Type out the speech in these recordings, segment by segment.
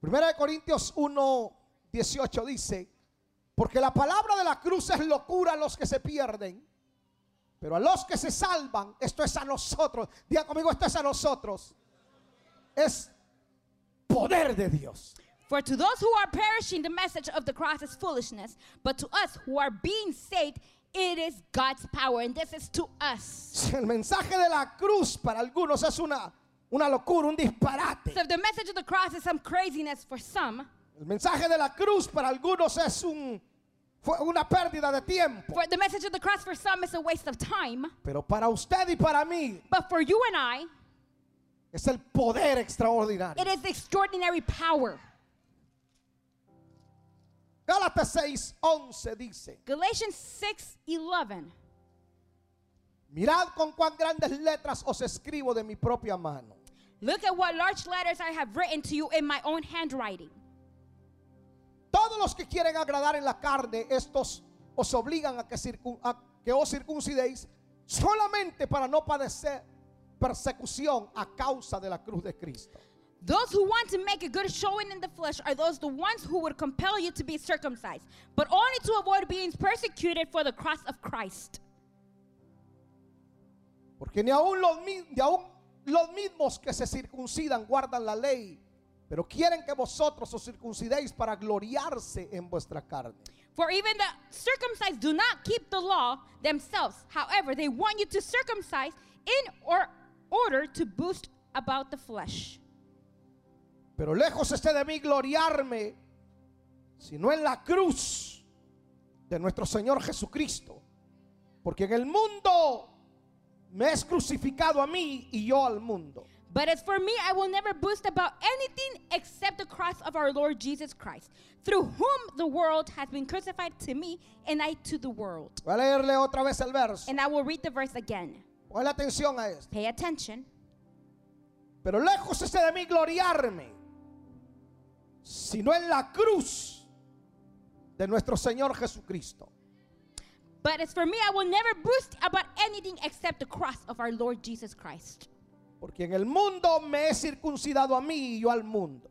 Primera de Corintios 1, 18 dice, porque la palabra de la cruz es locura a los que se pierden, pero a los que se salvan, esto es a nosotros. Diga conmigo, esto es a nosotros. Es poder de Dios. For to those who are perishing, the message of the cross is foolishness, but to us who are being saved, it is God's power, and this is to us. Si el mensaje de la cruz para algunos es una, una locura, un disparate. So if the message of the cross is some craziness for some, El mensaje de la cruz para algunos es un, fue una pérdida de tiempo. for the message of the cross for some is a waste of time, Pero para usted y para mí but for you and I, es el poder extraordinario. it is extraordinary power. Gálatas 6:11 dice, Galatians 6:11. mirad con cuán grandes letras os escribo de mi propia mano. Look at what large letters I have written to you in my own handwriting. Todos los que quieren agradar en la carne, estos os obligan a que, circun- a que os circuncidéis solamente para no padecer persecución a causa de la cruz de Cristo. Those who want to make a good showing in the flesh are those the ones who would compel you to be circumcised, but only to avoid being persecuted for the cross of Christ. Porque ni aun los, mi- ni aun los mismos que se circuncidan guardan la ley, pero quieren que vosotros os circuncidéis para gloriarse en vuestra carne. For even the circumcised do not keep the law themselves. However, they want you to circumcise in or order to boast about the flesh. Pero lejos esté de mí gloriarme, sino en la cruz de nuestro Señor Jesucristo. Porque en el mundo me es crucificado a mí y yo al mundo. But as for me, I will never boast about anything except the cross of our Lord Jesus Christ, through whom the world has been crucified to me and I to the world. Voy a leerle otra vez el verso. And I will read the verse again. Ponle atención a esto. Pay attention. Pero lejos esté de mí gloriarme, sino en la cruz de nuestro Señor Jesucristo. But as for me, I will never boast about anything except the cross of our Lord Jesus Christ. Porque en el mundo me he circuncidado a mí y yo al mundo.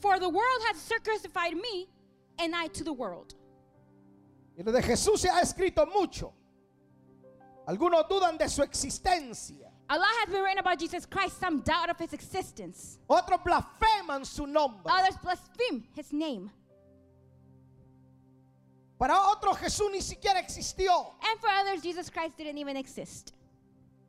For the world has crucified me and I to the world. Y lo de Jesús se ha escrito mucho. Algunos dudan de su existencia. Allah has been written about Jesus Christ, some doubt of his existence. Otros blasfeman su nombre. Others blaspheme his name. Para otros Jesús ni siquiera existió. And for others, Jesus Christ didn't even exist.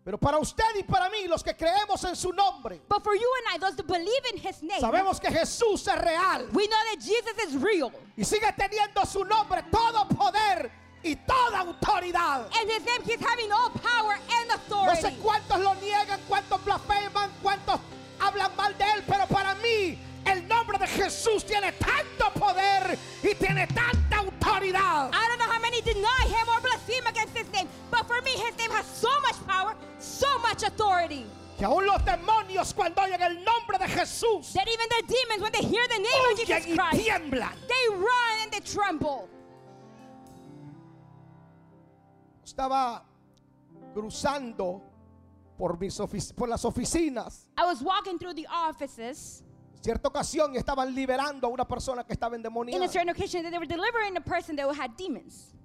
Pero para usted y para mí, los que creemos en su nombre, But for you and I, those that believe in his name, sabemos que Jesús es real. we know that Jesus is real. Y sigue teniendo su nombre todo poder y toda autoridad. In his name, he's having all power and No authority. sé cuántos lo niegan, cuántos blasfeman, cuántos hablan mal de él, pero para mí el nombre de Jesús tiene tanto poder y tiene tanta autoridad. I don't know how many deny him or blaspheme against his name, but for me, his name has so much power, so much authority, Que aún los demonios cuando oyen el nombre de Jesús that even the demons, when they hear the name of huyen Jesus y Christ, tiemblan. they run and they tremble. Estaba cruzando por, mis ofici- por las oficinas. I was walking through the offices En cierta ocasión estaban liberando a una persona que estaba in a endemoniada. certain occasion that they were delivering a person that had demons.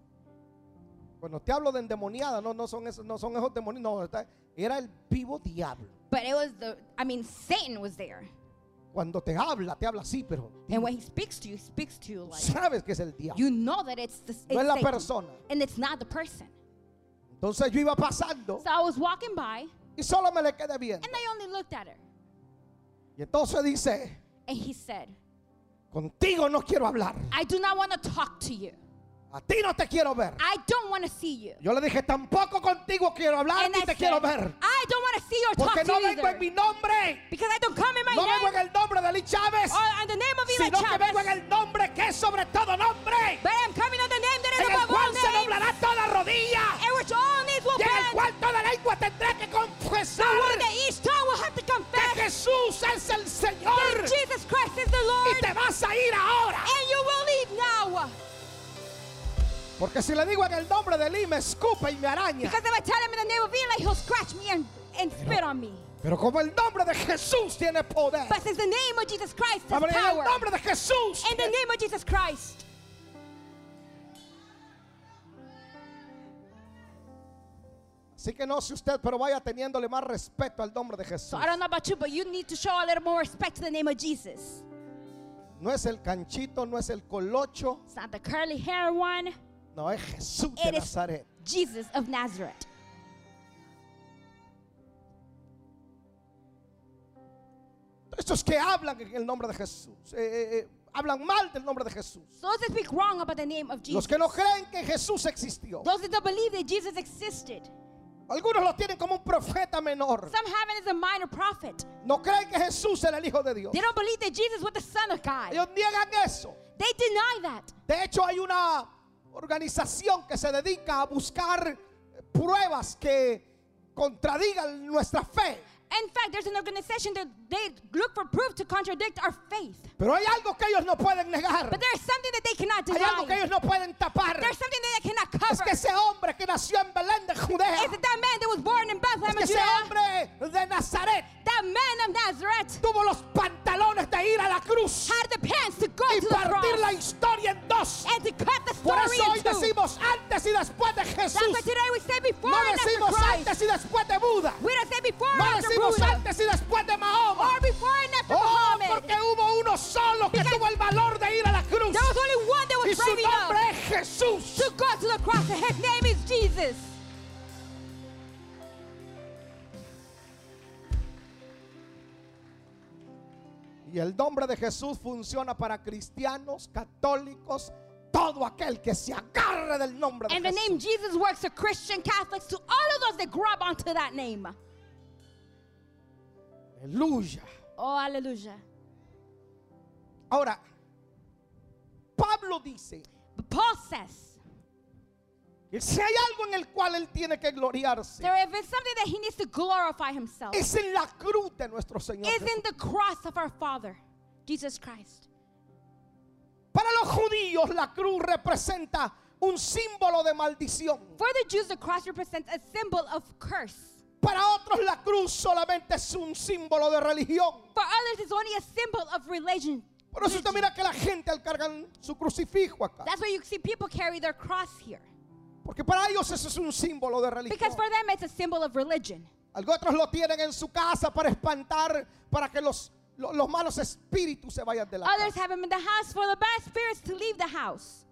Cuando te hablo de endemoniada, no, no son esos, no son esos demonios, no, está- era el vivo diablo. But it was the, I mean, Satan was there. Cuando te habla, te habla así, pero And when he speaks to you, he speaks to you like, sabes que es el diablo. you know that it's the it's No es la Satan. persona. And it's not the person. Entonces yo iba pasando So I was walking by and y solo me le quedé viendo. I only looked at her. Y entonces dice, And he said, contigo no quiero hablar, I do not want to talk to you. a ti no te quiero ver. I don't want to see you. Yo le dije, tampoco contigo quiero hablar And ni I te said, quiero ver. I don't want to see you or talk Porque to no you vengo en mi either. nombre, Because I don't come in my no vengo name en el nombre de Eli Chávez, or in the name of Eli sino que vengo en Chavez. el nombre que es sobre todo nombre, But I'm coming on the name that is en el above all cual se names. doblará toda rodilla. And which all knees will y en el bend. cual toda lengua tendrá que confesar And that each tongue will have to que confess Jesús es el that Señor Jesus Christ is the y Lord. te vas a ir ahora. And you will leave now. Porque si le digo en el nombre de Eli me escupa y me araña. Because if I tell him in the name of Eli, he'll scratch me and, and spit on me. Pero como el nombre de Jesús tiene poder. But since the name of Jesus Christ has Abre el Pues, power, nombre de Jesús. in the name of Jesus Christ, Así que no sé usted, pero vaya teniéndole más respeto al nombre de Jesús. So I don't know about you, but you need to show a little more respect to the name of Jesus. No es el canchito, no es el colocho, It's not the curly hair one, no es Jesús de Eres- Nazaret. Jesus of Nazareth. Estos que hablan en el nombre de Jesús, eh, eh, eh, hablan mal del nombre de Jesús. So those that speak wrong about the name of Los Jesus, que no creen que Jesús existió. those that don't believe that Jesus existed, Algunos lo tienen como un profeta menor. some have him as a minor prophet. No creen que Jesús era el Hijo de Dios. They don't believe that Jesus was the Son of God. Ellos niegan eso. They deny that. De hecho, hay una organización que se dedica a buscar pruebas que contradigan nuestra fe. In fact, there's an organization that they look for proof to contradict our faith. Pero hay algo que ellos no pueden negar. But there's something that they cannot Hay algo que deny. ellos no pueden tapar. There's something that they cannot Es cover. que ese hombre que nació en Belén de Judea, Is it that man that was born in es Bethlehem que of ese Judea? hombre de Nazaret That man of Nazareth tuvo los pantalones de ir a la cruz had the pants to go y to the partir la cross historia en dos. and to cut the Por story eso hoy in two. decimos antes y después de That's why Jesús. today we say before No and after decimos Christ. antes y después de Buda. We don't say before and No after decimos Buddha. antes y después de Mahoma. Or before and after Oh, Muhammad. porque hubo uno solo que Because tuvo el valor de ir a la cruz. There was only one that Y was su brave enough nombre es Jesús. to go to the cross and his name is Jesus. Y el nombre de Jesús funciona para cristianos, católicos, todo aquel que se agarre del nombre de And the Jesús. name Jesus works to Christian Catholics, to all of those that grab onto that name. Aleluya. Oh, hallelujah. Ahora, Pablo dice But Paul says, que si hay algo en el cual él tiene que gloriarse, there if it's something that he needs to glorify himself, es en la cruz de nuestro Señor. is Jesús. in the cross of our Father, Jesus Christ. Para los judíos, la cruz representa un símbolo de maldición. For the Jews, the cross represents a symbol of curse. Para otros, la cruz solamente es un símbolo de religión. For others, it's only a symbol of religion. Por eso usted mira que la gente al cargan su crucifijo acá. That's why you see people carry their cross here. Porque para ellos eso es un símbolo de Because religión. for them, it's a symbol of religion. Algunos otros lo tienen en su casa para espantar, para que los, lo- los malos espíritus se vayan de la Others casa. have them in the house for the bad spirits to leave the house.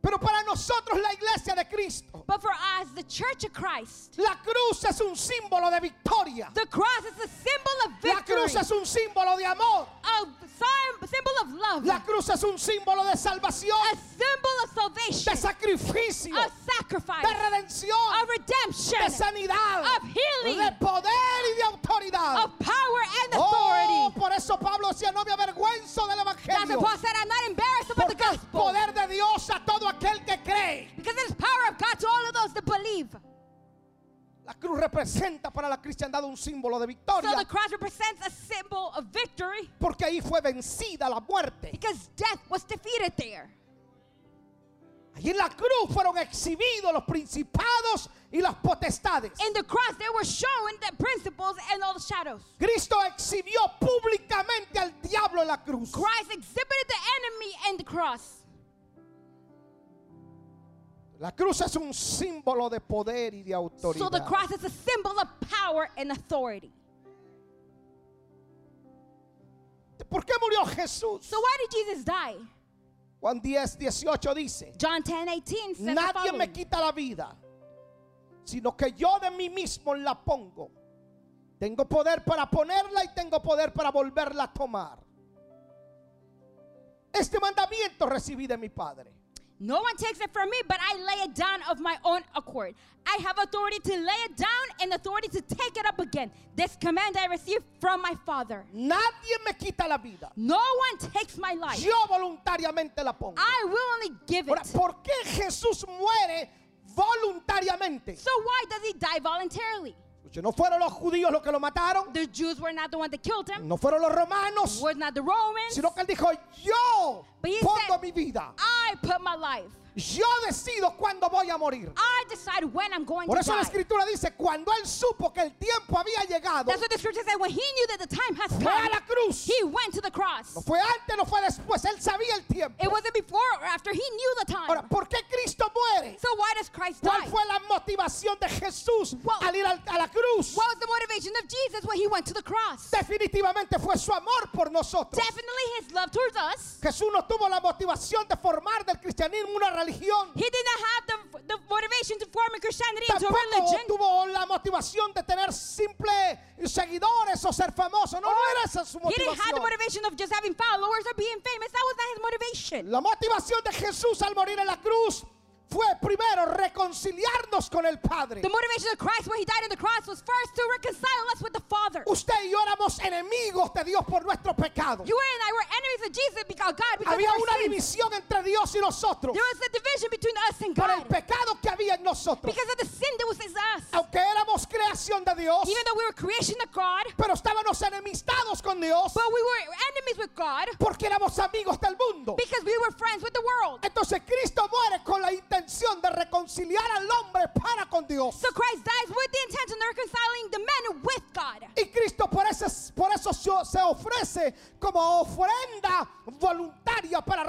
Pero para nosotros la iglesia de Cristo, But for us, the Church of Christ, la cruz es un símbolo de victoria. the cross is a symbol of La cruz victory, es un símbolo de amor. of sim- symbol of love, La cruz es un símbolo de a salvación, symbol of de salvation, sacrificio, of de sacrifice, redención, of redemption, de sanidad, of healing, de poder y de autoridad. of power and Oh, authority. por eso Pablo decía, no me avergüenzo del That's what Evangelio. Paul said, I'm not embarrassed about the Porque es gospel. poder de Dios a todo aquel que cree. Because it is power of God to all of those that believe. La cruz representa para la cristiandad un símbolo de So the victoria. cross represents a symbol of victory Porque ahí fue vencida la muerte. because death was defeated there. Allí en la cruz fueron exhibidos los principados y las potestades. In the cross, they were showing the principles and all the shadows. Cristo exhibió públicamente al diablo en la cruz. Christ exhibited the enemy and the cross. La cruz es un símbolo de poder y de So the autoridad. cross is a symbol of power and authority. ¿Por qué murió Jesús? So why did Jesus die? Juan 10, 18 dice. John 10 18 says the Nadie me following. quita la vida, sino que yo de mí mismo la pongo. Tengo poder para ponerla y tengo poder para volverla a tomar. Este mandamiento recibí de mi Padre. No one takes it from me, but I lay it down of my own accord. I have authority to lay it down and authority to take it up again. This command I received from my Father. Nadie me quita la vida. No one takes my life. Yo voluntariamente la pongo. I will only give Ahora, it. ¿por qué Jesús muere voluntariamente? So why does he die voluntarily? Escuche, Pues no fueron los judíos los que lo mataron, The Jews were not the ones that killed him. no fueron los romanos, Was not the Romans. sino que él dijo, yo But he pongo said- mi vida. I put my life. Yo decido cuándo voy a morir. I decide when I'm going Por to eso la die. escritura dice, cuando él supo que el tiempo había llegado, That's what the scripture said. When he knew that the time has fue a come, la cruz. he went to the cross. No fue antes, no fue después, él sabía el tiempo. It wasn't before or after. He knew the time. Ahora, ¿por qué Cristo muere? So why does Christ ¿Cuál die? fue la motivación de Jesús What- al ir al- a la cruz? What was the motivation of Jesus when he went to the cross? Definitivamente fue su amor por nosotros. Definitely his love towards us. Jesús no tuvo la motivación de formar del cristianismo una religión. He did not have the, the motivation to form a Christianity into a Tampoco religion. tuvo la motivación de tener simples seguidores o ser famoso. No, no Oh, era esa su He didn't have the motivación. motivation of just having followers or being famous. That was not his motivation. La motivación de Jesús al morir en la cruz fue primero reconciliarnos con el Padre. The motivation of Christ when he died on the cross was first to reconcile us with the Father. Usted y yo éramos enemigos de Dios por nuestro pecado. You and I were enemies of Jesus because God because Había of our una sins. división entre Dios y nosotros There was a division between us and por el God pecado que había en nosotros. because of the sin that was in us. Aunque éramos creación de Dios, Even though we were creation of God, pero estábamos enemistados con Dios but we were enemies with God porque éramos amigos del mundo. because we were friends with the world. Entonces Cristo muere con la intención de reconciliar al hombre para con Dios. So Christ dies with the intention of reconciling the men with God. Y Cristo por eso, por eso se- se ofrece como ofrenda voluntaria para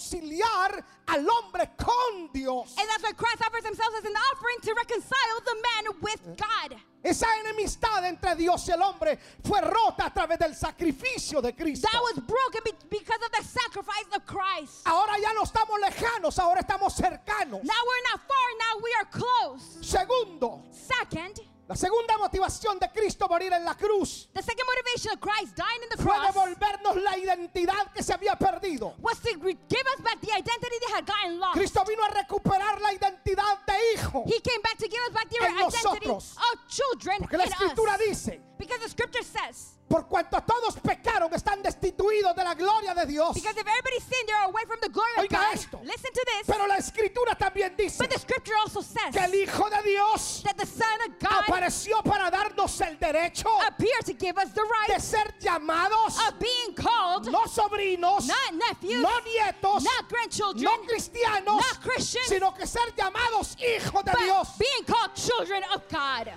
reconciliar al hombre con Dios. And that's why Christ offers himself as an offering to reconcile the man with God. Esa enemistad entre Dios y el hombre fue rota a través del sacrificio de Cristo. That was broken be- because of the sacrifice of Christ. Ahora ya no estamos lejanos, ahora estamos cercanos. Now we're not far, now we are close. Segundo, Second, la segunda motivación de Cristo morir en la cruz the second motivation of Christ dying on the fue cross devolvernos la identidad que se había perdido. was to re- give us back the identity they had gotten lost. Cristo vino a recuperar la identidad de hijo. He came back to give us back the En identity nosotros. of children Porque la in escritura us. dice, Because the scripture says, por cuanto todos pecaron, están destituidos de la gloria de Dios. because if everybody's sinned, they're away from the glory Oiga of God. esto. Listen to this. Pero la escritura también dice But the scripture also says que el Hijo de Dios that the Son of God apareció para darnos el derecho appeared to give us the de right ser llamados of being called no sobrinos, not nephews, no nietos, not grandchildren, no cristianos, not Christians, sino que ser llamados hijos de but Dios. being called children of God.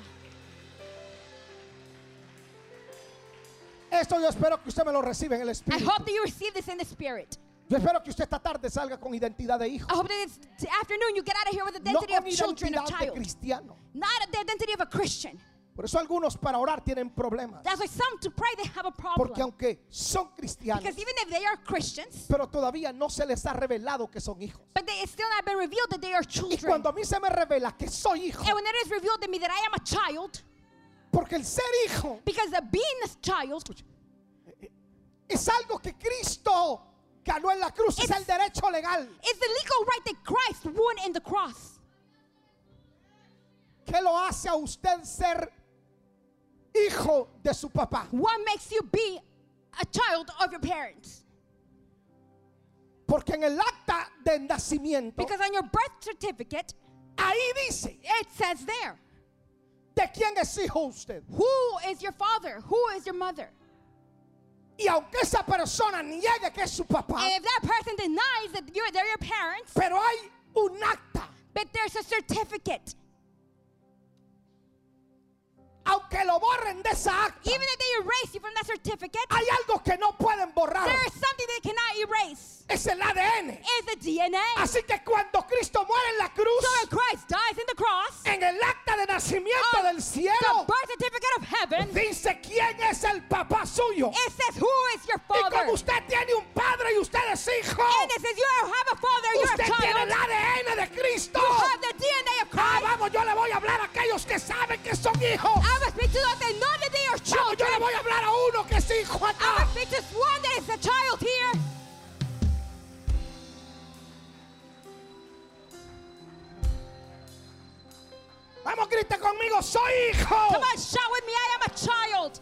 Esto yo espero que usted me lo reciba en el I Espíritu. hope that you receive this in the spirit. Yo espero que usted esta tarde salga con identidad de hijo, I hope that it's t- afternoon you get out of here with the no identity con of children identidad of de child, cristiano. not the identity of a Christian. Por eso algunos para orar tienen problemas, That's why some to pray they have a problem. porque aunque son cristianos, Because even if they are Christians, pero todavía no se les ha revelado que son hijos. but they, it's still not been revealed that they are Y children. cuando a mí se me revela que soy hijo, And when it is revealed to me that I am a child, porque el ser hijo because of being a child es algo que Cristo ganó en la cruz, es It's- el derecho legal It's the legal right that Christ won in the cross. que lo hace a usted ser hijo de su papá. What makes you be a child of your parents? Porque en el acta de nacimiento, Because on your birth certificate, ahí dice it says there de quién es hijo usted. who is your father, who is your mother. Y aunque esa persona niegue que es su papá, And if that person denies that you're, they're your parents, pero hay un acta, but there's a certificate. aunque lo borren de esa acta, Even if they erase you from that certificate, hay algo que no pueden borrar, there is something they cannot erase. es el ADN. It's the DNA. Así que cuando Cristo muere en la cruz, So when Christ dies in the cross, en el acta de nacimiento on del the cielo, birth certificate of heaven, dice quién es el papá suyo. it says who is your Y father. como usted tiene un padre y usted es hijo, And it says you have a father, you're usted a tiene child. el ADN de Cristo. You have the DNA of Ah, Christ. vamos, yo le voy a hablar a aquellos que saben que son hijos. I must speak to those that know that they are Vamos, yo le Ah, children. Ah, voy a hablar a uno que es hijo I acá. must speak to one that is a child here. Vamos, grita conmigo, soy hijo. Come on, shout with me, I am a child.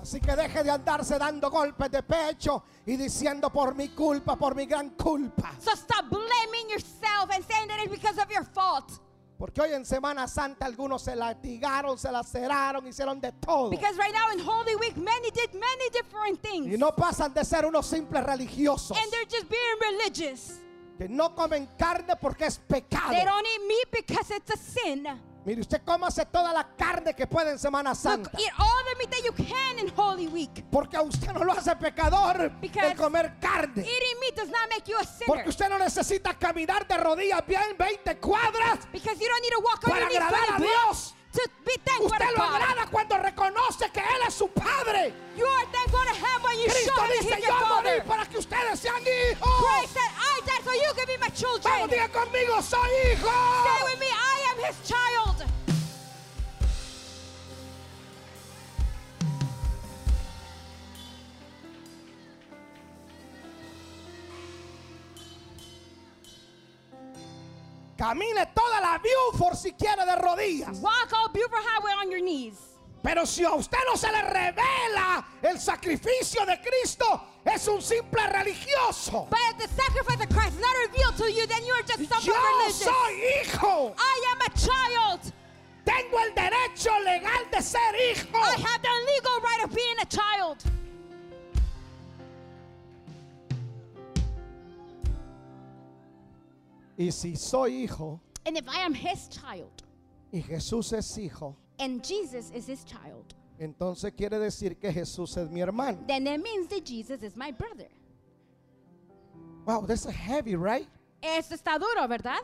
Así que deje de andarse dando golpes de pecho y diciendo por mi culpa, por mi gran culpa. So stop blaming yourself and saying that it's because of your fault. Porque hoy en Semana Santa algunos se latigaron, se laceraron, hicieron de todo. Because right now in Holy Week, many did many different things. Y no pasan de ser unos simples religiosos. And they're just being religious. que no comen carne porque es pecado. They don't eat meat because it's a sin. Mire, usted cómase toda la carne que puede en Semana Look, Santa. eat all the meat that you can in Holy Week. Porque a usted no lo hace pecador Because el comer carne. Eating meat does not make you a sinner. Porque usted no necesita caminar de rodillas bien 20 cuadras. Because you don't need to walk on Para your knees for agradar the a bread Dios. to be thankful Usted to lo God. agrada cuando reconoce que Él es su Padre. You are thankful to heaven when you Cristo show that dice, He's your yo morí father. para que ustedes sean hijos. Christ said, I died so you can be my Vamos, children. diga conmigo, soy hijo. Stay with me, I am His child. Camine toda la Buford si quiere de rodillas. Walk all Buford Highway on your knees. Pero si a usted no se le revela el sacrificio de Cristo, es un simple religioso. But if the sacrifice of Christ is not revealed to you, then you are just Yo someone religious. soy hijo. I am a child. Tengo el derecho legal de ser hijo. I have the legal right of being a child. Y si soy hijo And if I am His child, y Jesús es hijo, and Jesus is His child, entonces quiere decir que Jesús es mi hermano. then it means that Jesus is my brother. Wow, this is heavy, right? Eso está duro, ¿verdad?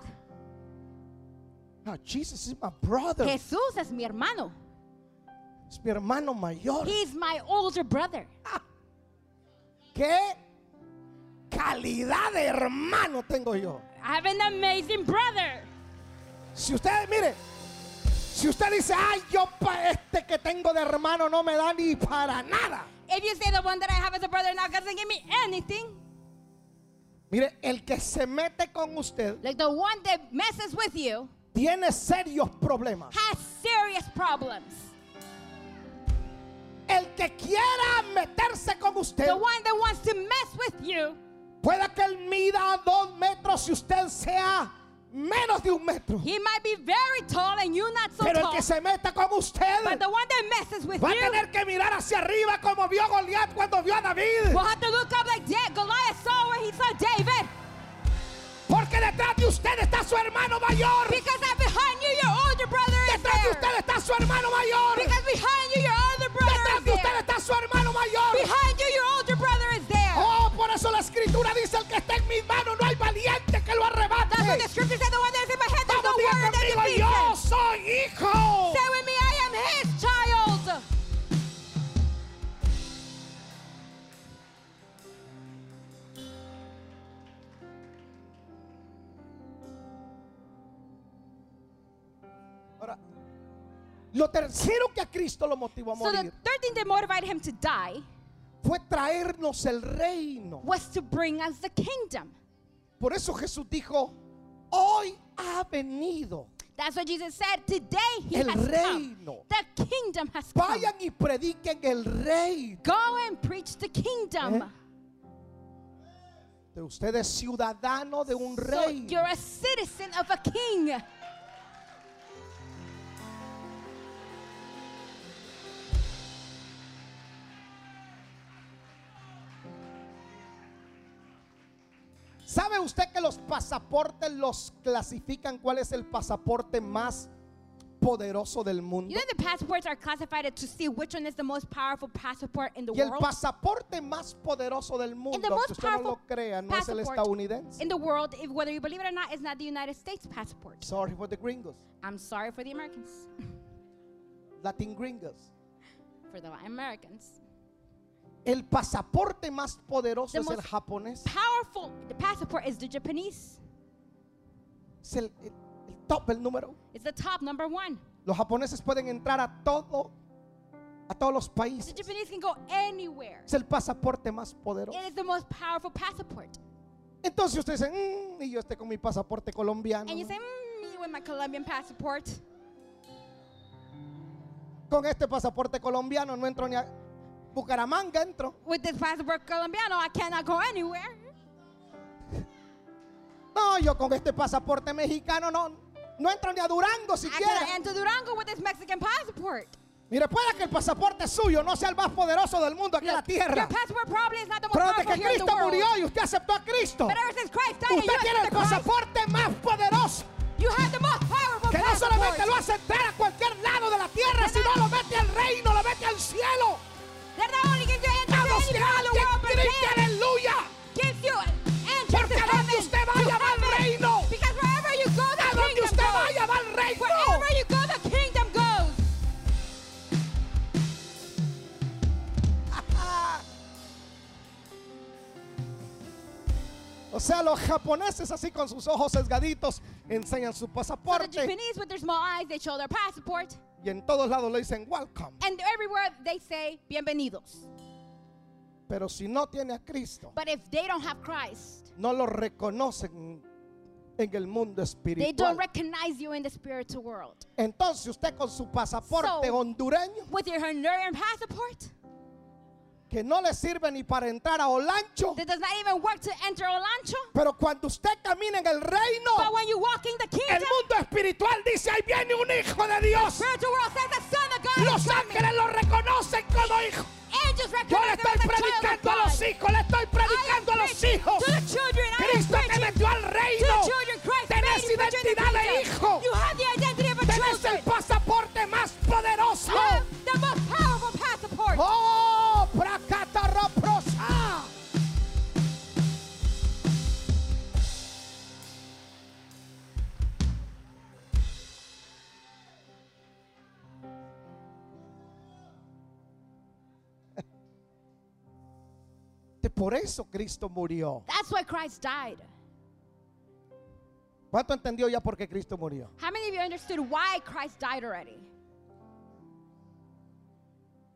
No, Jesus is my brother. Jesús es mi hermano. Es mi hermano mayor. He's my older brother. ¿Qué calidad de hermano tengo yo? I have an amazing brother. Si usted, mire, si usted dice, ay, yo para este que tengo de hermano no me da ni para nada. If you say the one that I have as a brother now doesn't give me anything, Mire, el que se mete con usted like the one that messes with you tiene serios problemas. has serious problems. El que quiera meterse con usted, The one that wants to mess with you, pueda que él mida dos metros si usted sea menos de un metro. he might be very tall and you not so Pero el tall. que se meta con usted But the one that messes with va a you tener que mirar hacia arriba como vio Goliat cuando vio a David. will have to look up like yeah, Goliath saw where he saw David. Porque detrás de usted está su hermano mayor. Because that behind you, your older brother Detrás is de there. usted está su hermano mayor. Because behind you, your older brother Detrás is de there. usted está su hermano mayor. Behind you, your older brother is there. Oh, por eso la escritura dice: El que está en mis manos no hay valiente que lo arrebate. That's what the scripture said. The one that's in my hand, there's no Vamos, diga word that conmigo: defeats Yo him. soy hijo. Say with me, I am his child. Ahora, lo tercero que a Cristo lo motivó a So the morir third thing that motivated him to die fue traernos el reino. was to bring us the kingdom. Por eso Jesús dijo: Hoy ha venido. That's what Jesus said. Today he El has come. reino. The kingdom has come. Vayan y prediquen el reino. Go and preach the kingdom. Eh? De Usted es ciudadano de un So reino. you're a citizen of a king. ¿Sabe usted que los pasaportes los clasifican cuál es el pasaporte más poderoso del You mundo? know the passports are classified to see which one is the most powerful passport in the Y el world. pasaporte más poderoso del mundo, most aunque usted no lo powerful crea, no es el passport estadounidense. In the world, if, whether you believe it or not, it's not the United States passport. Sorry for the gringos, I'm sorry for the Americans, Latin gringos. for the Latin Americans. El pasaporte más poderoso The es el most- japonés. Powerful, the passport is the Japanese. Es el, el- el top, el número. It's the top number one. Los japoneses pueden entrar a todo, a todos los The países. Japanese can go anywhere. Es el pasaporte más poderoso. It is the most powerful passport. Entonces ustedes dicen, "Mm, y yo esté con mi pasaporte colombiano. And you say, mm, me with my Colombian passport. Con este pasaporte colombiano no entro ni a Bucaramanga, entro. With this passport Colombiano, I cannot go anywhere. No, yo con este pasaporte mexicano no, no entro ni a Durango I cannot siquiera. enter Durango with this Mexican passport. Mire, puede que el pasaporte suyo no sea el más poderoso del mundo aquí en la Your tierra. passport probably is not the most Pero desde powerful que here in the Cristo world. murió y usted aceptó a Cristo, But ever since Christ died, and you usted tiene el accepted Christ, pasaporte más poderoso. you have the most powerful Que no passport. solamente lo hace entrar a cualquier lado de la tierra, sino lo mete al reino, lo mete al cielo. That not only gives you entrance Vamos, to any part of the world, but que grite then aleluya. gives you entrance Porque to a donde heaven. usted vaya va al reino. Because wherever you go, A the donde kingdom usted goes. vaya va al reino. Wherever you go, the kingdom goes. O sea, los japoneses así con sus ojos sesgaditos enseñan su So the pasaporte Japanese, with their small eyes, they show their passport, y en todos lados le dicen welcome. and everywhere they say "Bienvenidos." Pero si no tiene a Cristo, But if they don't have Christ, no lo reconocen en el mundo they don't espiritual. recognize you in the spiritual world. Entonces usted con su pasaporte So- hondureño With your Honduran passport, que no le sirve ni para entrar a Olancho, that does not even work to enter Olancho. pero cuando usted camina en el But reino, when you walk in the el kingdom, mundo espiritual dice, ahí viene un hijo de Dios. spiritual world says the Son of God Los is coming. ángeles lo reconocen como hijo. Angels Yo le recognize him estoy as a child of predicando a God. los hijos, le estoy predicando a los hijos. To the children, I am Cristo que preaching metió al to reino. the children. Christ Tenés made you for children. identidad de hijo. You have the identity of a Tenés child. el pasaporte más poderoso. Have the most powerful passport. Oh, ah. pracatarroprosa. De Por eso Cristo murió. That's why Christ died. ¿Cuánto entendió ya por qué Cristo murió? How many of you understood why Christ died already?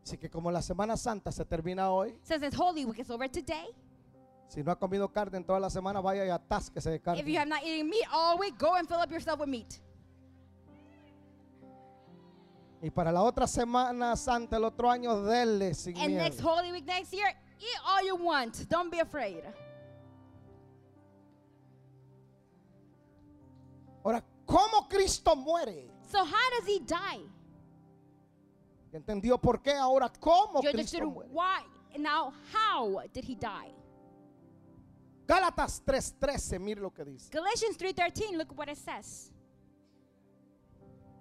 Así que como la Semana Santa se termina hoy, Since it's Holy Week is over today, si no ha comido carne en toda la semana, vaya y atásquese de if carne. you have not eaten meat all week, go and fill up yourself with meat. Y para la otra Semana Santa, el otro año, dele sin And miedo. next Holy Week next year, eat all you want. Don't be afraid. Ahora, ¿cómo Cristo muere? So how does he die? ¿Entendió por qué? Ahora, ¿cómo You Cristo understood muere? why. Now, how did he die? Gálatas 3:13, mire lo que dice. Galatians 3:13, look what it says.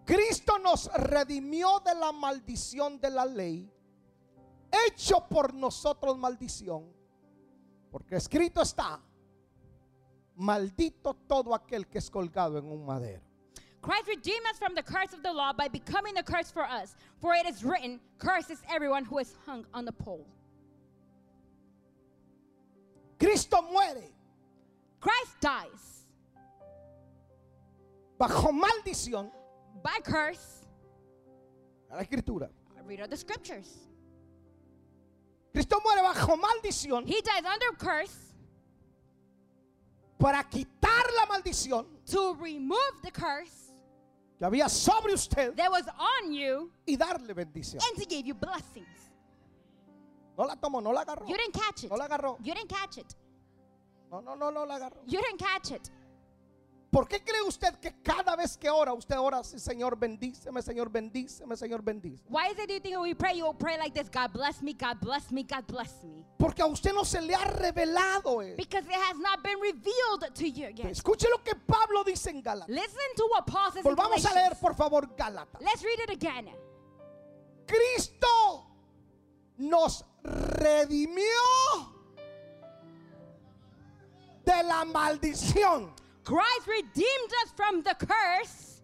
Cristo nos redimió de la maldición de la ley, hecho por nosotros maldición, porque escrito está, maldito todo aquel que es colgado en un madero. Christ redeemed us from the curse of the law by becoming the curse for us. For it is written, Cursed is everyone who is hung on the pole. Cristo muere Christ dies bajo maldición by curse. a la escritura. I read all the scriptures. Cristo muere bajo maldición He dies under curse para quitar la maldición to remove the curse que había sobre usted that was on you y darle bendición. and to give you blessings. No la tomó, no la agarró. You didn't catch it. No la agarró. You didn't catch it. No, no, no, no la agarró. You didn't catch it. ¿Por qué cree usted que cada vez que ora, usted ora así, Señor, bendíceme, Señor, bendíceme, Señor, bendíceme? Why is it you think when we pray, you will pray like this God bless me, God bless me, God bless me? Porque a usted no se le ha revelado eso. Because it has not been revealed to you yet. Escuche lo que Pablo dice en Gálatas. Listen to what Paul says. in Volvamos a leer, Galatians. por favor, Gálatas. Let's read it again. Cristo nos redimió de la maldición. Christ redeemed us from the curse.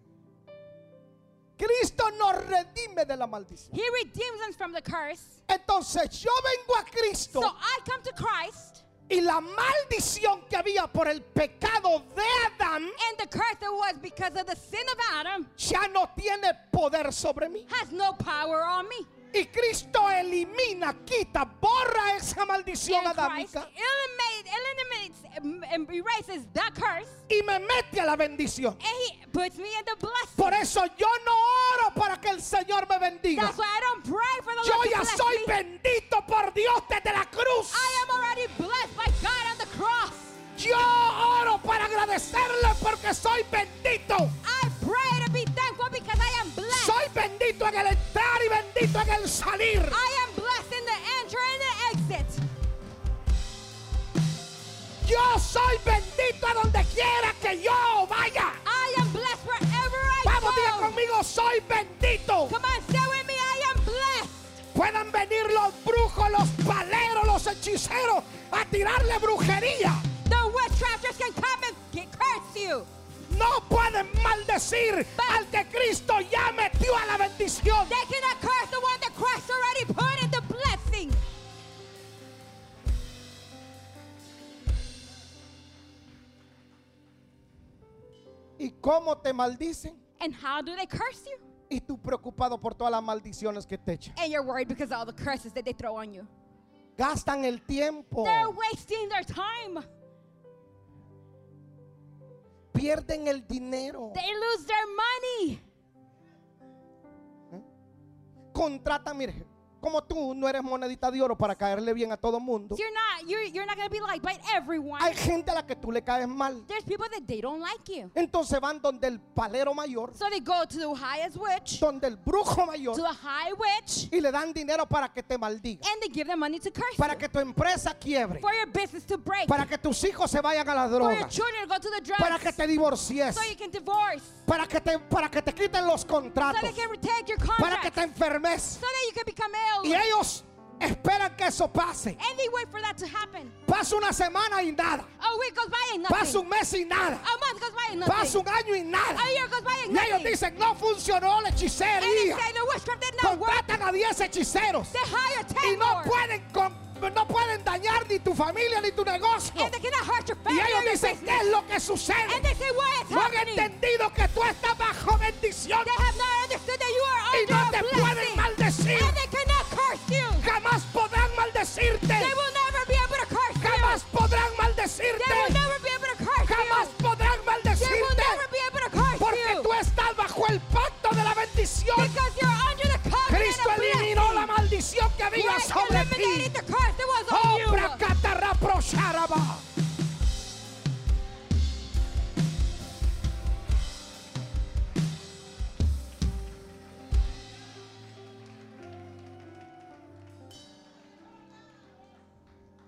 Cristo nos redime de la maldición. He redeems us from the curse. Entonces yo vengo a Cristo So I come to Christ, y la maldición que había por el pecado de Adán and the curse that was because of the sin of Adam ya no tiene poder sobre mí. has no power on me. Y Cristo elimina, quita, borra esa maldición And Christ adámica eliminate, eliminates and erases that curse, y me mete a la bendición. and He puts me in the blessing. Por eso yo no oro para que el Señor me bendiga. That's why I don't pray for the Yo Lord to ya bless soy me. bendito por Dios desde la cruz. I am already blessed by God on the cross. Yo oro para agradecerle porque soy bendito. I pray to be thankful because I am blessed. Soy bendito en el entrar y bendito en el salir. I am blessed in the enter and the exit. Yo soy bendito a donde quiera que yo vaya. I am blessed wherever I Vamos, diga go. conmigo, soy bendito. Come on, say with me, I am blessed. Puedan venir los brujos, los paleros, los hechiceros a tirarle brujería. The witchcrafters can come and get curse you. No pueden maldecir al que Cristo ya metió a la bendición. They cannot curse the one that Christ already put in the blessing. ¿Y cómo te maldicen? And how do they curse you? Y tú preocupado por todas las maldiciones que te echan. And you're worried because of all the curses that they throw on you. Gastan el tiempo. They're wasting their time. Pierden el dinero. They lose their money. Contratan, mire, como tú no eres monedita de oro para caerle bien a todo mundo. You're not you're, you're not gonna be liked by everyone. Hay gente a la que tú le caes mal. There's people that they don't like you. Entonces van donde el palero mayor, So they go to the highest witch, to donde el brujo mayor, the high witch, y le dan dinero para que te maldiga, and they give them money to curse para you. que tu empresa quiebre, for your business to break, para que tus hijos se vayan a la for your droga, children to go to the para que drugs, te divorcies, so you can divorce, para que te, para que te quiten los so contratos, they can take your para que contract, te so enfermes. that you can become Y ill. ellos esperan que eso pase. And they wait for that to happen. Pasa una semana y nada, A week goes by and pasa nothing. un mes y nada, A month goes by and pasa nothing. un año y nada. A year goes by and Y ellos nothing. dicen, no funcionó la And they hechicería. say the witchcraft did not work. Contratan a 10 hechiceros. They hire y ten no more. pueden con- no pueden dañar ni tu familia ni tu negocio. And they cannot hurt your Y family ellos or your dicen, ¿qué business. es lo que sucede? And they say, what is No han happening? entendido que tú estás bajo bendición They have not understood that you are y under no te a pueden blessing. maldecir. And they cannot curse you. Jamás podrán maldecirte. They will never be able to curse you. Jamás podrán They will maldecirte. never be able to curse Jamás you. podrán They will maldecirte. never be able to curse Porque you. tú estás bajo el pacto de la bendición. Because you're under the covenant Cristo of blessing. eliminó la maldición que había Christ sobre ti. Oh, eliminated the curse that was on you. Obra catarraprocharaba.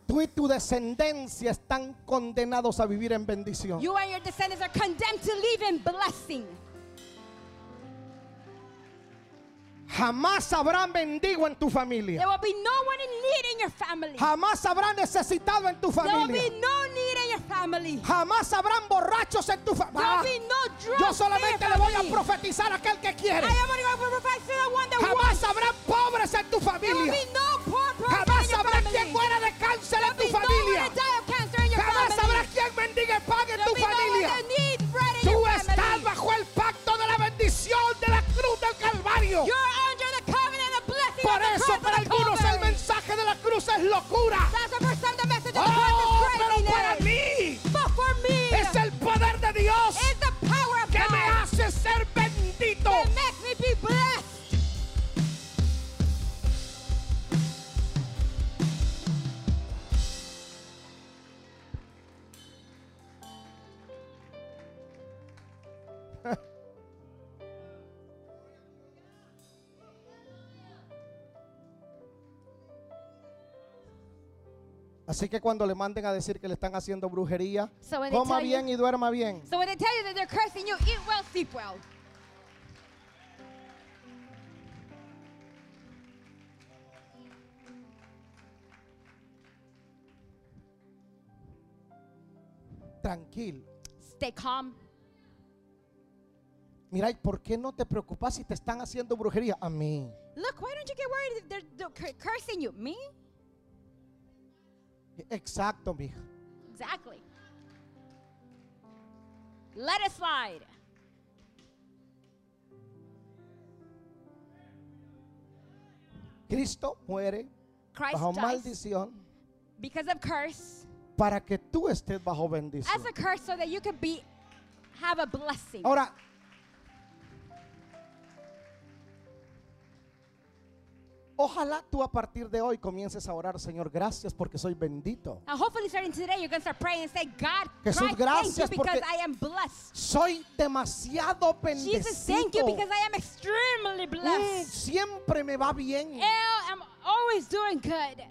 Tú y tu descendencia están condenados a vivir en bendición. You and your descendants are condemned to live in blessing. Jamás habrá mendigo en tu There familia. will be no one in need in your family. Jamás habrá necesitado en tu There will be familia. no need in your family. Jamás habrán borrachos en tu Ah, There familia. will be no drugs Yo in solamente le your voy a family. profetizar a aquel que quiere. I am only going to profess to the one that wants. Jamás habrá pobres en tu There will familia. be no poor person in Jamás your habrá family. quien muera de cáncer en tu There will be no one familia. to die of cancer in your Jamás family. habrá quien bendiga y pague en There tu will be no one familia. that needs bread in Tú your estás family. bajo el pacto de la bendición de la cruz del Calvario. You're under the covenant of blessing Por of the eso cross para of the algunos el Calvary. mensaje de la cruz es locura. That's the first time the message of Oh, the cross is pero para craziness. mí But for me, es el poder de Dios it's the power of que me God hace ser bendito. that makes me be blessed. Así que cuando le manden a decir que le están haciendo brujería, So when they coma tell you- bien y duerma bien. So when they tell you that they're cursing you, eat well, sleep well. Tranquilo. Stay calm. Mira, ¿y por qué no te preocupas si te están haciendo brujería? A mí. Look, why don't you get worried if they're, they're cur- cursing you? Me? Exacto, mija. Exactly. Let it slide. Cristo muere Christ bajo dies maldición because of curse para que tú estés bajo as bendición. a curse so that you could be have a blessing. Ahora, Ojalá tú a partir de hoy comiences a orar, Señor, gracias porque soy bendito. Now, hopefully, starting today, you're going to start praying and say, God, Jesús, Christ, gracias thank you because porque- I am blessed. Soy demasiado bendecido. Jesus, thank you because I am extremely Mm, blessed. siempre me va bien. Ew, I'm always doing good.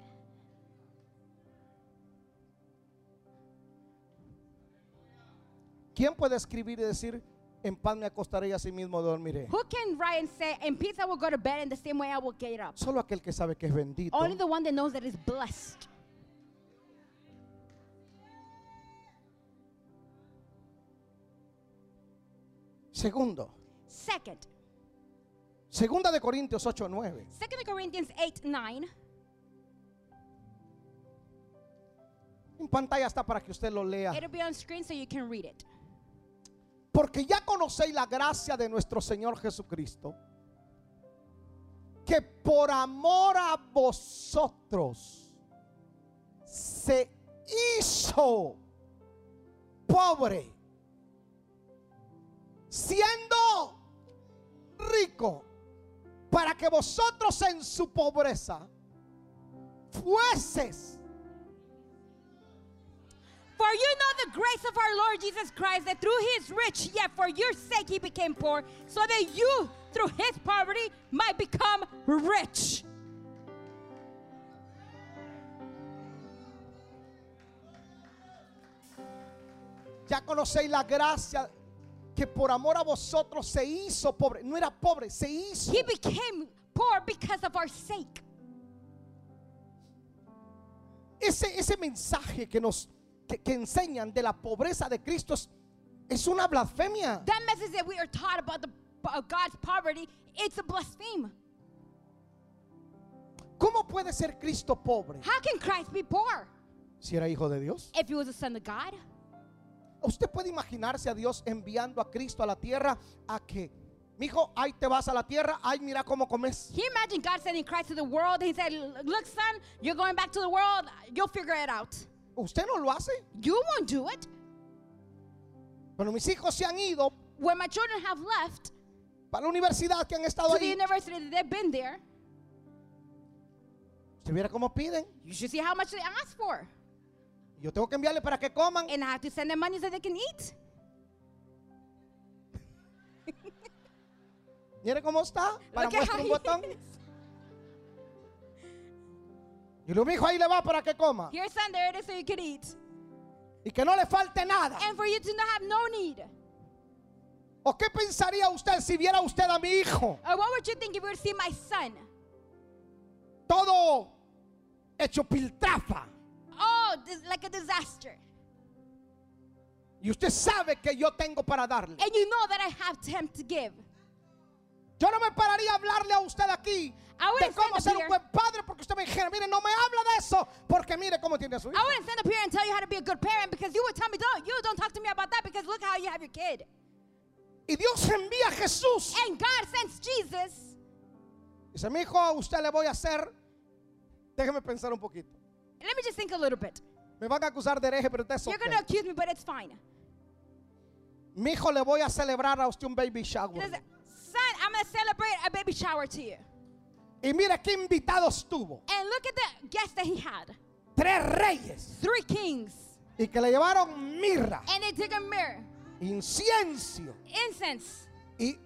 ¿Quién puede escribir y decir, en paz me acostaré y así mismo dormiré? Who can write and say, in peace I will go to bed, and the same way I will get up? Solo aquel que sabe que es bendito. Only the one that knows that is blessed. Segundo, Second, segunda de Corintios 8:9. Second Corinthians 8 9. En pantalla está para que usted lo lea. It'll be on screen so you can read it. Porque ya conocéis la gracia de nuestro Señor Jesucristo, que por amor a vosotros se hizo pobre, siendo rico, para que vosotros en su pobreza fueses For you know the grace of our Lord Jesus Christ, that through his rich, yet for your sake he became poor, so that you, through his poverty, might become rich. Ya conocéis la gracia que por amor a vosotros se hizo pobre. No era pobre, se hizo. He became poor because of our sake. Ese, ese mensaje que nos que, que enseñan de la pobreza de Cristo es, es una blasfemia. That message that we are taught about the of God's poverty, it's a blaspheme. ¿Cómo puede ser Cristo pobre How can Christ be poor si era hijo de Dios? if he was a son of God? Usted puede imaginarse a Dios enviando a Cristo a la tierra a que, mijo, ahí te vas a la tierra, ay, mira cómo comes. He imagined God sending Christ to the world. He said, Look, son, you're going back to the world. You'll figure it out. Usted no lo hace. You won't do it. Pero mis hijos se han ido When my children have left para la universidad que han estado to the ahí. university that they've been there, Usted viera cómo piden. you should see how much they ask for. Yo tengo que enviarle para que coman. And I have to send them money so they can eat. Mire cómo está. Para Look at muestra how un he botón. is. Y lo mijo ahí le va para que coma. Here, son, there it is so you can eat. Y que no le falte nada. And for you to not have no need. Uh, ¿O qué pensaría usted si viera usted a mi hijo? Or what would you think if you were to see my son? Todo hecho piltrafa. Oh, this, like a disaster. Y usted sabe que yo tengo para darle. And you know that I have to him to give. Yo no me pararía a hablarle a usted aquí I wouldn't de cómo stand up ser un here. buen padre porque usted me dijera, mire, no me habla de eso porque mire cómo tiene a su hijo. I wouldn't stand up here and tell you how to be a good parent because you would tell me, don't, you don't talk to me about that because look how you have your kid. Y Dios envía a Jesús. And God sends Jesus Dice, mi hijo, a usted le voy a hacer. Déjeme pensar un poquito. Let me just think a little bit. Me van a acusar de hereje, pero eso You're gonna accuse me, but it's fine. Mi hijo, le voy a celebrar a usted un baby He shower. says, Son, I'm gonna celebrate a baby shower to you. Y mira qué invitados tuvo. And look at the guests that he had. Tres reyes. Three kings. Y que le llevaron mirra, And they took a mirror, incienso incense, y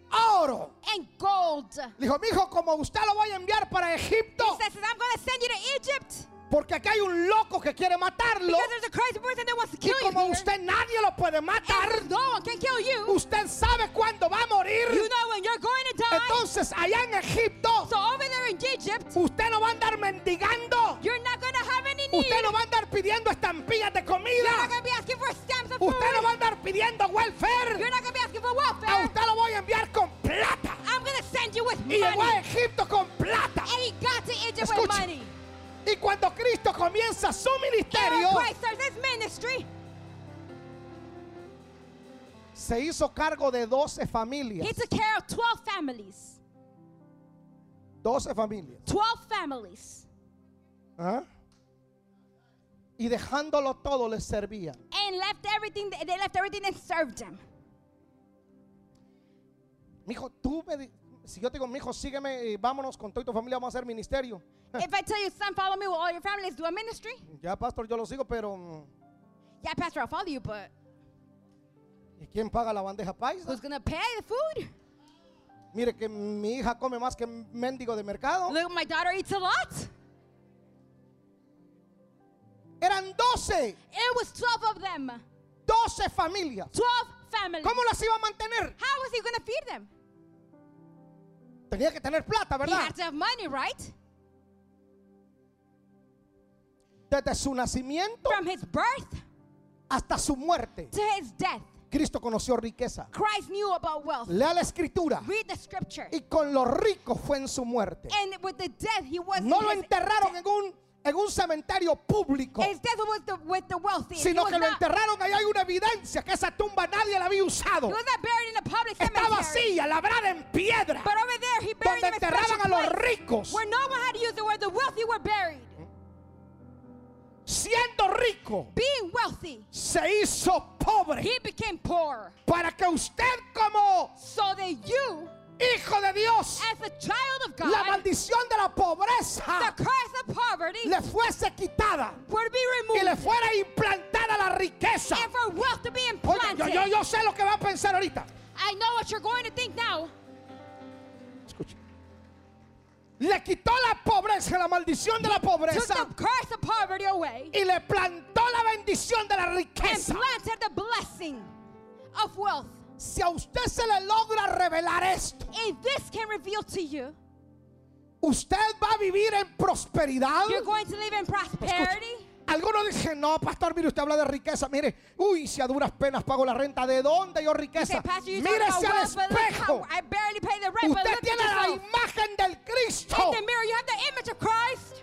oro. and gold. He Le dijo, mi hijo, como usted lo voy a enviar para Egipto, says, I'm gonna send you to Egypt porque aquí hay un loco que quiere matarlo. because there's a crazy person that wants to Y kill you. como here. usted nadie lo puede matar, And no one can kill you. usted sabe cuándo va a You morir. know when you're going to die. Entonces, allá en Egipto, So over there in Egypt, usted no va a andar mendigando. you're not gonna have any need. Usted no va a andar pidiendo estampillas de You're not comida. gonna be asking for stamps of food. Usted no va a andar pidiendo welfare. You're not gonna be asking for A welfare. usted lo voy a enviar con plata. I'm gonna send you with Y llegó money. a Egipto con plata. and he got to Egypt Escuche. with money. Y cuando Cristo comienza su And ministerio, when Christ starts his ministry, se hizo cargo de 12 familias. he took care of 12 families. 12 familias. 12 families. ¿Ah? Y dejándolo todo les servía. And left everything, they left everything and served them. Mijo, tú me di- Si yo te digo, mi hijo, sígueme y vámonos con toda tu familia, vamos a hacer ministerio. if I tell you, son, follow me with all your families, do a ministry, Ya, pastor, yo lo sigo, pero mm, yeah, Pastor, I'll follow you, but ¿y quién paga la bandeja paisa? who's gonna pay the food? Mire que mi hija come más que mendigo de mercado. Look, my daughter eats a lot. Eran 12, It was 12 of them, 12 familias. 12 families. ¿Cómo las iba a mantener? How was he gonna feed them? Tenía que tener plata, He ¿verdad? had to have money, right? Desde su nacimiento From his birth hasta su muerte, to his death, Cristo conoció riqueza. Christ knew about wealth. Lea la escritura. Read the scripture. Y con los ricos fue en su muerte. And with the death, he was No lo his, enterraron en un, en un cementerio público, his death was the, with the wealthy. he, sino was que lo not, enterraron. Ahí hay una evidencia que esa tumba nadie la había usado. he was not buried in a public Está cemetery. vacía, labrada en piedra, But over there, he donde buried him in a enterraban a special los place ricos, Mm-hmm. where no one had to use the word. The wealthy were buried. siendo rico. Being wealthy, Se hizo pobre he became poor. para que usted como So that you, hijo de Dios, as a child of la God, maldición de la the pobreza curse of poverty le fuese quitada would be y removed. le fuera implantada la riqueza. And for wealth to be Oiga, implanted. yo, yo, yo sé lo que va a pensar ahorita. I know what you're going to think now. Escuche. Le quitó la pobreza, la maldición de la Took pobreza the curse of poverty away y le plantó la bendición de la and riqueza. planted the blessing of wealth. Si a usted se le logra revelar esto, If this can reveal to you, usted va a vivir en prosperidad. you're going to live in prosperity. Algunos dicen, no, pastor, mire, usted habla de riqueza. Mire, uy, si a duras penas pago la renta, ¿de dónde yo You say, riqueza? Pastor, you talk about Mírese al wealth, but look espejo. how I barely pay the rent, but Usted look tiene at la yourself. imagen del Cristo In the mirror, you have the image of Christ,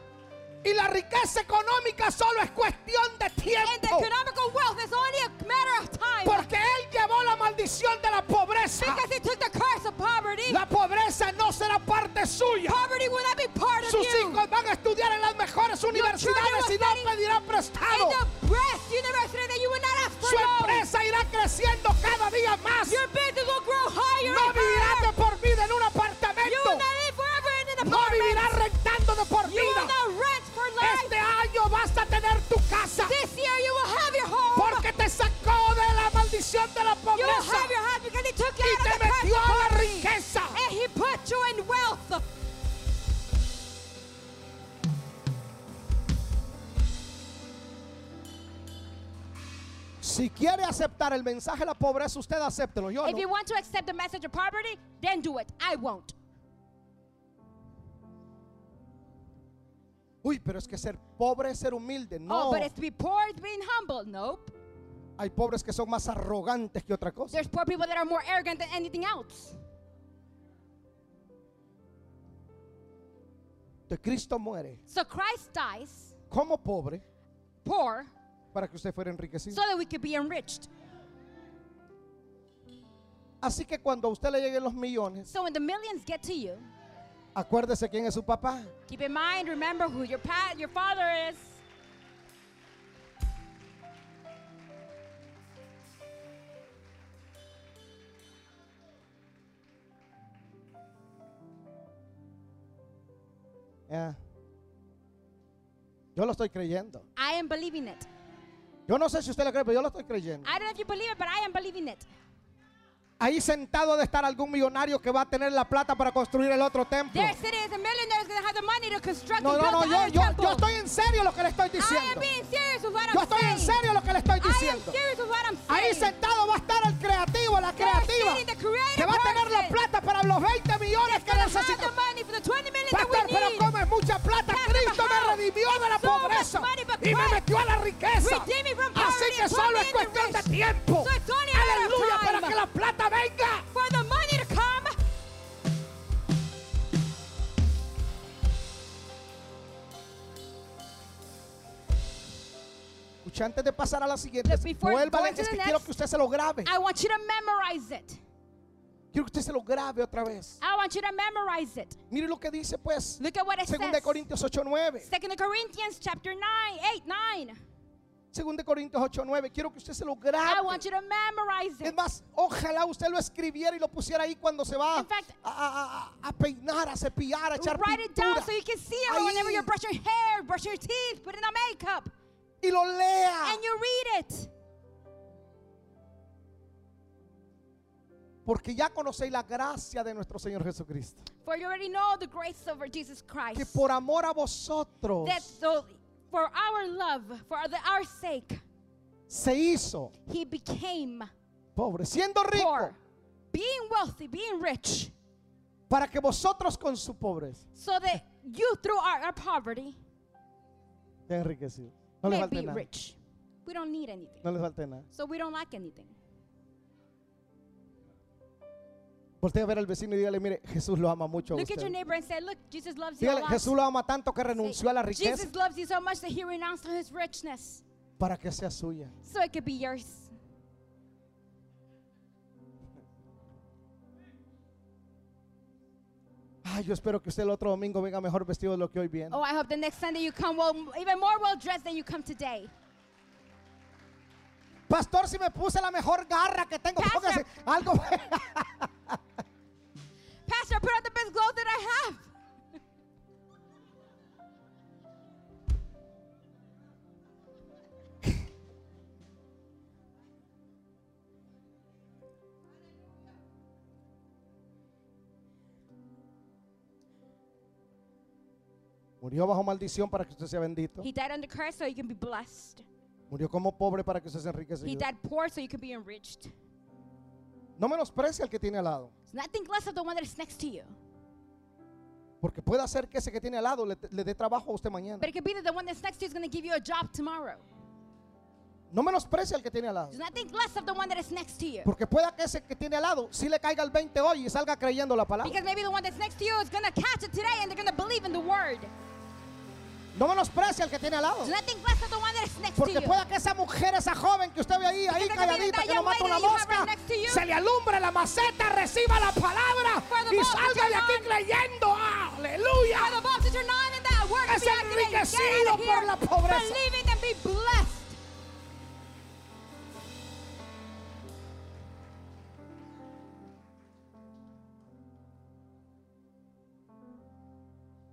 Oh. y la riqueza económica solo es cuestión de and the tiempo. economical wealth is only a matter of time. Porque Él llevó la maldición de la pobreza. Because he took the curse of poverty, La pobreza no será parte suya. poverty will not be part of Sus you. hijos van a estudiar en las mejores universidades y no pedirán prestado. In the breast university that you will not ask Su for loans. empresa irá creciendo cada día más. Your business will grow higher No and higher. vivirá de por vida en un You will apartamento. not live forever in an No vivirá apartment. rentando de por You will vida. not rent for life. Este año vas a tener tu casa This year you will have your home. porque te sacó de la maldición de la You will pobreza have your house because he took you y out te of the curse metió of a la poverty. riqueza. And he put you in wealth. Si quiere aceptar el mensaje de la pobreza, usted acéptelo. Yo If you no. want to accept the message of poverty, then do it. I won't. Uy, pero es que ser pobre es ser humilde. No. Oh, but it's to be poor, it's being humble. Nope. Hay pobres que son más arrogantes que otra cosa. There's poor people that are more arrogant than anything else. Entonces, Cristo muere So Christ dies como pobre poor para que usted fuera enriquecido. so that we could be enriched. Así que cuando a usted le lleguen los millones, So when the millions get to you, acuérdese quién es su papá. keep in mind, remember who your pa- your father is. Ah. Yo lo estoy creyendo. I am believing it. Yo no sé si usted lo cree, pero yo lo estoy creyendo. I don't know if you believe it, but I am believing it. Ahí sentado ha de estar algún millonario que va a tener la plata para construir el otro templo. There sitting is a millionaire is gonna have the money to construct No, and no, build no, the yo, other yo, temple. yo estoy en serio lo que le estoy I am diciendo. being serious with what Yo I'm estoy en saying. serio lo que le estoy I am diciendo. serious with what I'm Ahí saying. sentado va a estar el creativo, la There creativa, sitting the creative que va a tener la person. plata para los 20 millones que Gonna have necesita. the money for the 20 million that we Pastor, pero need. como es mucha plata, Pastor, Cristo how? me redimió de la It's so much pobreza money, but y me Christ metió a la riqueza. redeemed me from Así poverty que and solo put es me in the cuestión de rich. tiempo. So it's only a matter of Aleluya, time. para que la plata venga. For the money to come, Escucha, antes de pasar a la siguiente, Look, before vuelva going es to que the quiero next- que usted se lo grabe. I want you to memorize it. Quiero que usted se lo grabe otra vez. I want you to memorize it. Mire lo que dice pues. Look at what it Segunda de says. Corintios 8:9. 2 Corinthians chapter 9, 8, 9. 2 de Corintios 8, 9. Quiero que usted se lo grabe. I want you to memorize Es it. más, ojalá usted lo escribiera y lo pusiera ahí cuando se va a, In fact- a- a- a- a peinar, a cepillar, a echar Write it down pintura. so you can see it whenever Ahí. you brush your hair, brush your teeth, put in a makeup, Y lo lea. and you read it. Porque ya conocéis la gracia de nuestro Señor Jesucristo. For you already know the grace of our Jesus Christ. Que por amor a vosotros That so for our love, for the, our sake, se hizo he became pobre, siendo rico, poor, being wealthy, being rich, para que vosotros con su pobreza so that you through our, our poverty sean enriquecidos. No les may falte be nada. rich. We don't need anything. No les falte nada. So we don't lack anything. Voltea a ver al vecino y dígale, mire, Jesús lo ama mucho a Look at your usted. neighbor and say, Look, Jesus loves you a Dígale, lot. Jesús lo ama tanto que Say, renunció a la riqueza Jesus loves you so much that he renounced on his richness para que sea suya. so it could be yours. Ay, yo espero que usted el otro domingo venga mejor vestido de lo que hoy viene. Oh, I hope the next Sunday you come well, even more well dressed than you come today. Pastor, si me puse la mejor garra que tengo, Pastor. póngase algo. Pastor, put on the best clothes that I have. Murió bajo maldición para que usted sea bendito. He died under curse so you can be blessed. Murió como pobre para que usted se He enriquecido. died poor so you could be enriched. No menosprecie al que tiene al lado. So not think less of the one that is next to you. Mm. Porque puede hacer que ese que tiene al lado le, le dé trabajo a usted mañana. But it could be that the one that's next to you is going to give you a job tomorrow. No menosprecie al que tiene al lado. Do not think less of the one that is next to you. Porque pueda que ese que tiene al lado sí le caiga el 20 hoy y salga creyendo la palabra. Because maybe the one that's next to you is going to catch it today and they're going to believe in the word. No menosprecie al que tiene al lado. Do not think less of the one that is next to Oh. Porque you. pueda que esa mujer, esa joven que usted ve ahí, ahí there could be calladita, that que no young mata lady una that you have mosca, right next to you. se le alumbre la maceta, reciba la palabra For the y ball salga de that you're aquí creyendo. Aleluya. By the bones that you're not in that word Es be activated. Get enriquecido out of por here. la pobreza. Believe it and be blessed.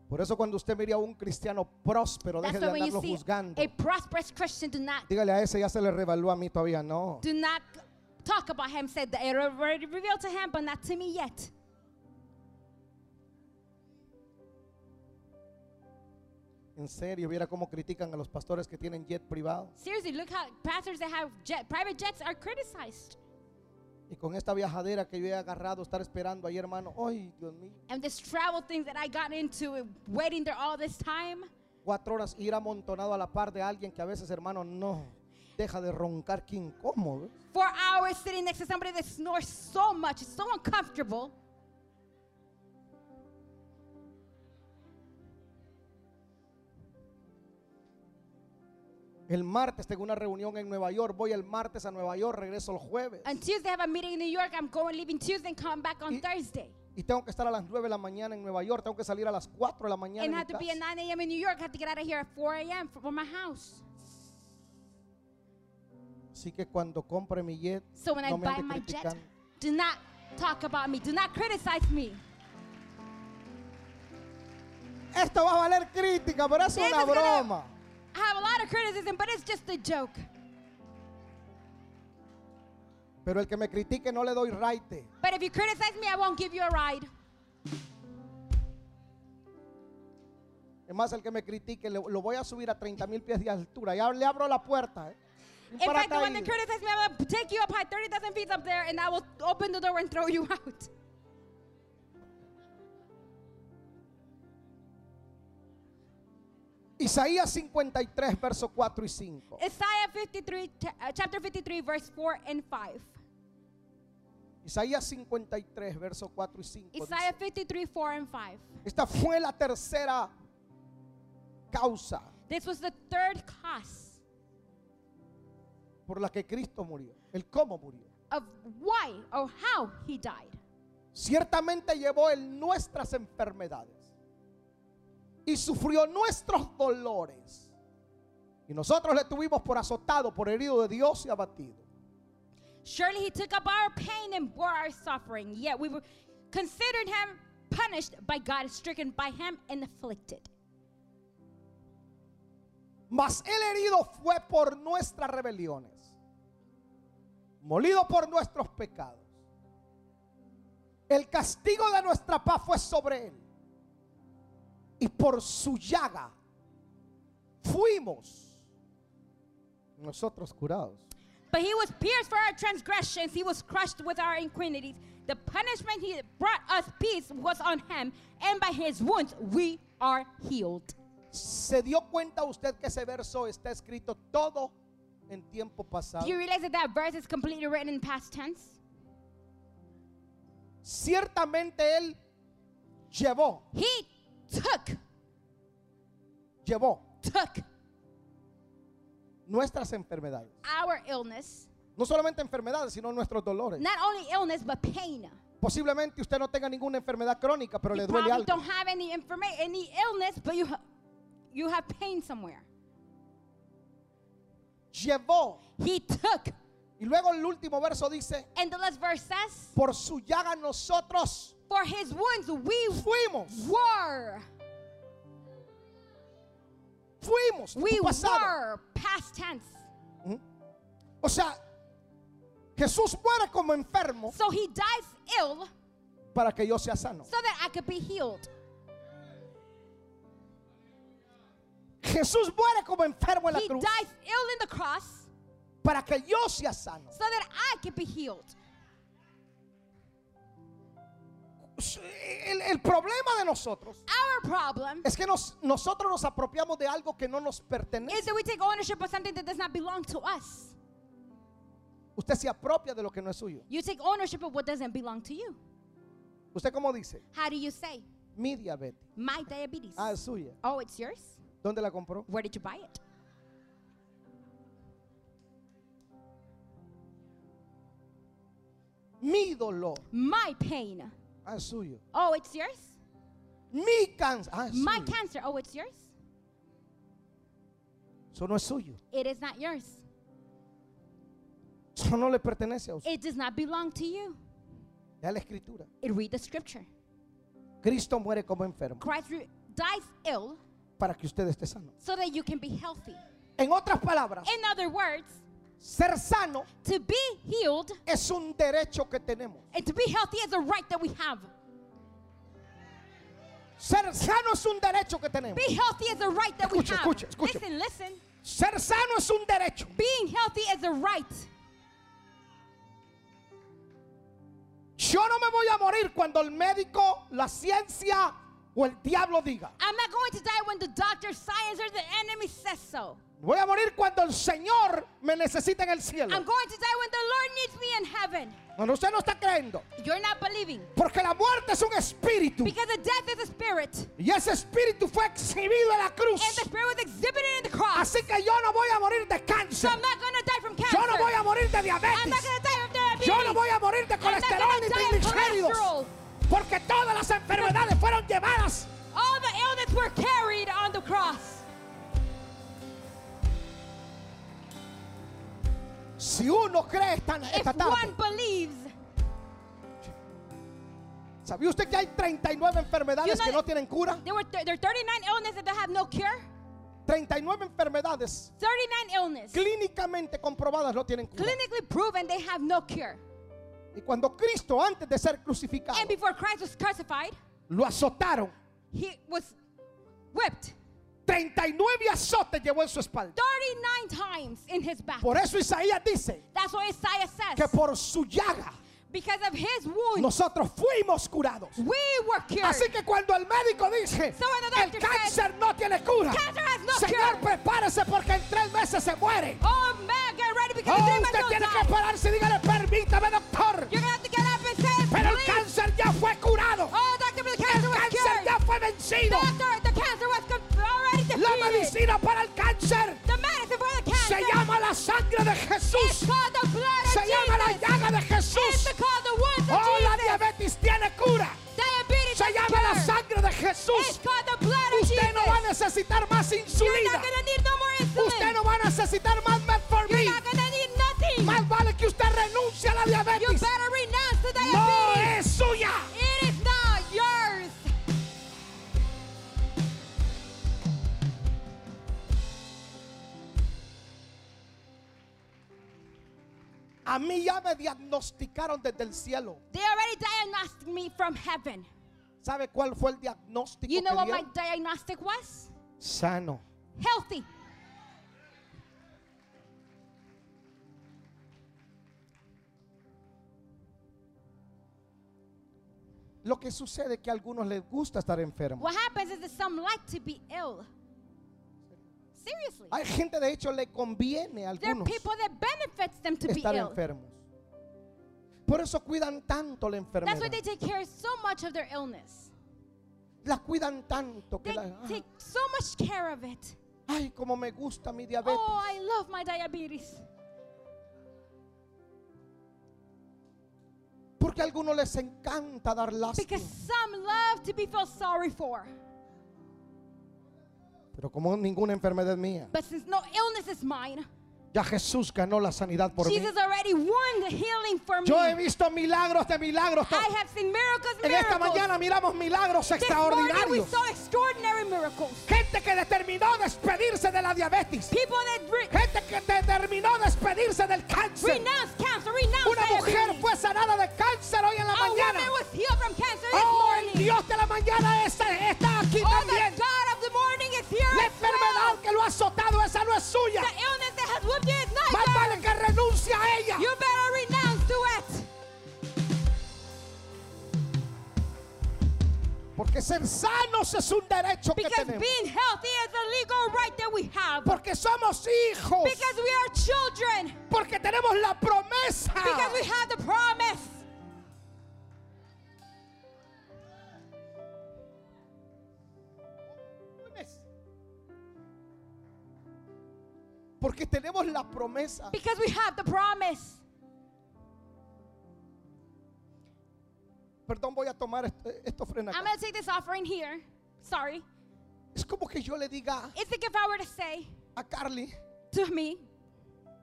Por eso cuando usted mire a un cristiano próspero, deje That's de why when andarlo you see juzgando. a prosperous Christian, do not Dígale a ese, ya se le revalúa a mí todavía, no. do not talk about him. Said that it already revealed to him, but not to me yet. En serio, viera cómo critican a los pastores que tienen jet privado. Seriously, look how pastors that have jet, private jets are criticized. Y con esta viajadera que yo he agarrado, estar esperando ahí, hermano. Ay, Dios mío. And this travel thing that I got into, waiting there all this time, Cuatro horas ir amontonado a la par de alguien que a veces, hermano, no. Deja de roncar, qué incómodo. ¿eh? four hours sitting next to somebody that snores so much, it's so uncomfortable. El martes tengo una reunión en Nueva York. Voy el martes a Nueva York, regreso el jueves. On Tuesday, I have a meeting in New York. I'm going, leaving Tuesday, and coming back on Y- Thursday. Y tengo que estar a las 9 de la mañana en Nueva York. Tengo que salir a las 4 de la mañana. en And I mi have to be at casa. 9 a.m. in New York. I have to get out of here at 4 a.m. from from my house. Así que cuando compre mi jet, So when I no me buy ande my jet, criticando. do not talk about me. Do not criticize me. Esto va a valer crítica, pero es This una is gonna- broma. I have a lot of criticism, but it's just a joke. Pero el que me critique no le doy raite. But if you criticize me, I won't give you a ride. Es más, el que me critique le- lo voy a subir a 30 mil pies de altura. Ya le abro la puerta. ¿eh? Un In fact, the one that paracaídas. criticized me, I will take you up high 30,000 feet up there, and I will open the door and throw you out. Isaías 53, verso 4 y 5. Isaiah 53, cha- uh, chapter 53, verse 4 and 5. Isaías 53, verso 4 y 5. dice, Isaiah 53, 4 and 5. Esta fue la tercera causa This was the third cause por la que Cristo murió. El cómo murió. of why or how he died. Ciertamente llevó él nuestras enfermedades y sufrió nuestros dolores. Y nosotros le tuvimos por azotado, por herido de Dios y abatido. Surely he took up our pain and bore our suffering, yet we were considered him punished by God, stricken by him and afflicted. Mas el herido fue por nuestras rebeliones, molido por nuestros pecados. El castigo de nuestra paz fue sobre él. Y por su llaga fuimos nosotros curados. But he was pierced for our transgressions, he was crushed with our iniquities. The punishment he brought us peace was on him, and by his wounds we are healed. ¿Se dio cuenta usted que ese verso está escrito todo en tiempo pasado? Do you realize that that verse is completely written in past tense? Ciertamente él llevó, He took, llevó took nuestras enfermedades. our illness, No solamente enfermedades, sino nuestros dolores. not only illness but pain. Posiblemente usted no tenga ninguna enfermedad crónica, pero le You duele probably algo. don't have any informa- any illness, but you ha- you have pain somewhere. Llevó. He took, Y luego el último verso dice, and the last verse says, por su llaga nosotros "For his wounds we fuimos, were, fuimos, we tu pasado. were past tense." O sea, Jesús muere como enfermo So he dies ill para que yo sea sano. so that I could be healed. Jesús muere como enfermo en la He cruz dies ill in the cross para que yo sea sano. so that I could be healed. El, el problema de nosotros Our problem es que nos- nosotros nos apropiamos de algo que no nos pertenece. is that we take ownership of something that does not belong to us. Usted se apropia de lo que no es suyo. You take ownership of what doesn't belong to you. Usted como dice, How do you say, mi diabetes. my diabetes? Ah, es suya. Oh, it's yours? ¿Dónde la compró? Where did you buy it? Mi dolor. My pain. Ah, es suyo. Oh, it's yours? Mi cáncer. Ah, es My suyo. cancer. Oh, it's yours? Eso no es suyo. It is not yours. Eso no le pertenece a usted. It does not belong to you. Lea la escritura. It read the scripture. Cristo muere como enfermo Christ re- dies ill para que usted esté sano. so that you can be healthy. En otras palabras, In other words, ser sano to be healed es un derecho que tenemos. and to be healthy is a right that we have. Ser sano es un derecho que tenemos. Be healthy is a right that we Escuche, have. escuche, escuche. Listen, listen. Ser sano es un derecho. Being healthy is a right. Yo no me voy a morir cuando el médico, la ciencia o el diablo diga. I'm not going to die when the doctor, science, or the enemy says so. Voy a morir cuando el Señor me necesita en el cielo. I'm going to die when the Lord needs me in heaven. Cuando usted no está creyendo. You're not believing Porque la muerte es un espíritu. because the death is a spirit, and Y ese espíritu fue exhibido en la cruz. the spirit was exhibited in the cross. Así que yo no voy a morir de So cáncer. I'm not going to die from cancer. Yo no voy a morir de I'm not diabetes. going to die from diabetes. Yo no voy a morir de I'm not colesterol going ni to de die of triglicéridos. cholesterol. Porque todas las enfermedades fueron llevadas. All the illness were carried on the cross. Si uno cree esta, If esta one tarde, believes, ¿sabía usted que hay 39 enfermedades You know que no that- tienen cura? there were th- there are 39 illnesses that have no cure. 39 enfermedades 39 illness clínicamente comprobadas no tienen cura. clinically proven they have no cure Y cuando Cristo, antes de ser crucificado, and before christ was crucified lo azotaron. he was whipped 39 azotes llevó en su espalda. 39 times in his back Por eso Isaías dice that's what isaiah que says por su llaga because of his wounds nosotros fuimos curados. we were cured Así que cuando el médico dice So when the el doctor cáncer no tiene cura, Cancer has no Señor, cure. prepárese porque en tres meses se muere. oh man get ready because Oh, oh, usted must tiene die. que pararse y dígale, permítame, doctor. you're gonna have to get up and say Pero el please cáncer ya fue curado. oh doctor but the El cancer was cáncer cured ya fue vencido. doctor the cancer was com- already La defeated medicina para el cáncer the medicine for the se cancer llama la sangre de it's Jesús. called the blood of Se llama la jesus llaga de it's Jesús. called the wounds of Oh, la jesus diabetes tiene cura. Diabetes Se is llama la cured. sangre de It's Jesús. called the blood of Jesus. Usted no va a necesitar más You're insulina. not gonna need no more insulin. Usted no va A mí ya me diagnosticaron desde el cielo. They already diagnosed me from heaven. ¿Sabe cuál fue el diagnóstico? You know que what my dieron? diagnostic was? Sano. Healthy. Lo que sucede es que a algunos les gusta estar enfermos. What happens is that some like to be ill. Seriously. Hay gente, de hecho, le conviene a There are algunos people that benefits them to be estar ill. enfermos. Por eso cuidan tanto la enfermedad. That's why they take care so much of their illness. La cuidan tanto que They la- take so much care of it. ay, como me gusta mi diabetes. Oh, I love my diabetes. Porque a algunos les encanta dar lástima. Because some love to be felt sorry for. Pero como ninguna enfermedad es mía, But since no illness is mine, ya Jesús ganó la sanidad por mí. Jesus already won the healing for Yo he me. visto milagros de milagros. I have seen miracles, En esta miracles. mañana miramos milagros This morning we extraordinarios. saw extraordinary miracles. Gente que determinó despedirse de la diabetes. People that re- Gente que determinó despedirse del cáncer. renounce cancer, renounce Una mujer diabetes. fue sanada de cáncer hoy en la A mañana. woman was healed from cancer this Oh, el morning. Dios de la mañana es- está aquí Oh, the también. God of the morning is here La as well. enfermedad que lo ha azotado, esa no es suya. The illness that has whipped you is not Más yours. vale que renuncie a ella. You better renounce to it. Porque ser sanos es un derecho que Because tenemos. being healthy is a legal right that we have. Porque somos hijos. Because we are children. Porque tenemos la promesa. Because we have the promise. Porque tenemos la promesa. Because we have the promise. Perdón, voy a tomar esto, esto frena. acá. I'm going to take this offering here. Sorry. Es como que yo le diga It's like if I were to say a Carly, to me,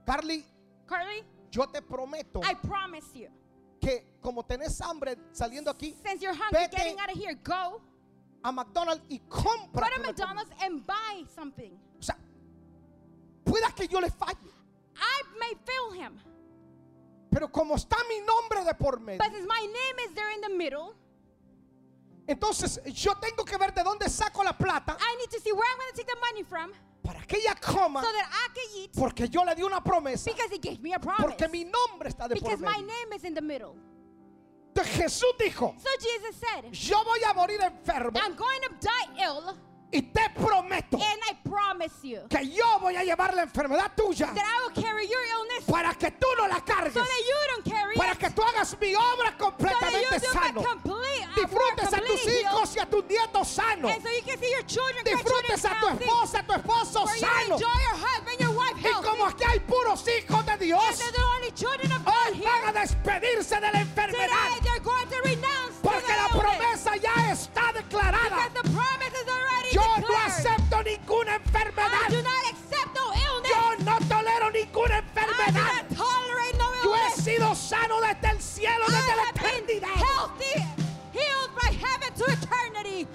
Carly, Carly, yo te prometo I promise you, que como tenés hambre saliendo aquí since you're hungry, Vete. getting out of here, go a McDonald's y compra. go to McDonald's and buy something. O sea, pueda que yo le falle, I may fail him, pero como está mi nombre de por medio, but since my name is there in the middle, entonces yo tengo que ver de dónde saco la plata I need to see where I'm going to take the money from para que ella coma, so that I can eat porque yo le di una promesa, because he gave me a promise. porque mi nombre está de por Because my medio. name is in the middle. Entonces Jesús dijo, So Jesus said, yo voy a morir enfermo I'm going to die ill, and y te prometo I promise you que yo voy a llevar la enfermedad tuya that I will carry your illness so para que tú no la cargues, that you don't carry para it, que tú hagas mi obra so that you completamente do sano. a complete, uh, work, Disfrutes a tus complete heal, hijos y a tus nietos sanos. and so you can see your children, Disfrutes grandchildren a tu healthy, esposa, a tu esposo where you sano. enjoy your husband, your wife Y healthy, como aquí hay puros hijos de and Dios, they're the only children of God hoy here. van a despedirse de la Today enfermedad. they're going to renounce to Porque their la illness promesa ya está declarada. because the promise is already Yo no declared. acepto ninguna I do enfermedad. not accept no illness. Yo no tolero ninguna I do not enfermedad. tolerate no Yo illness. he sido sano desde el cielo, I desde la have been eternidad. healthy, healed by heaven to eternity.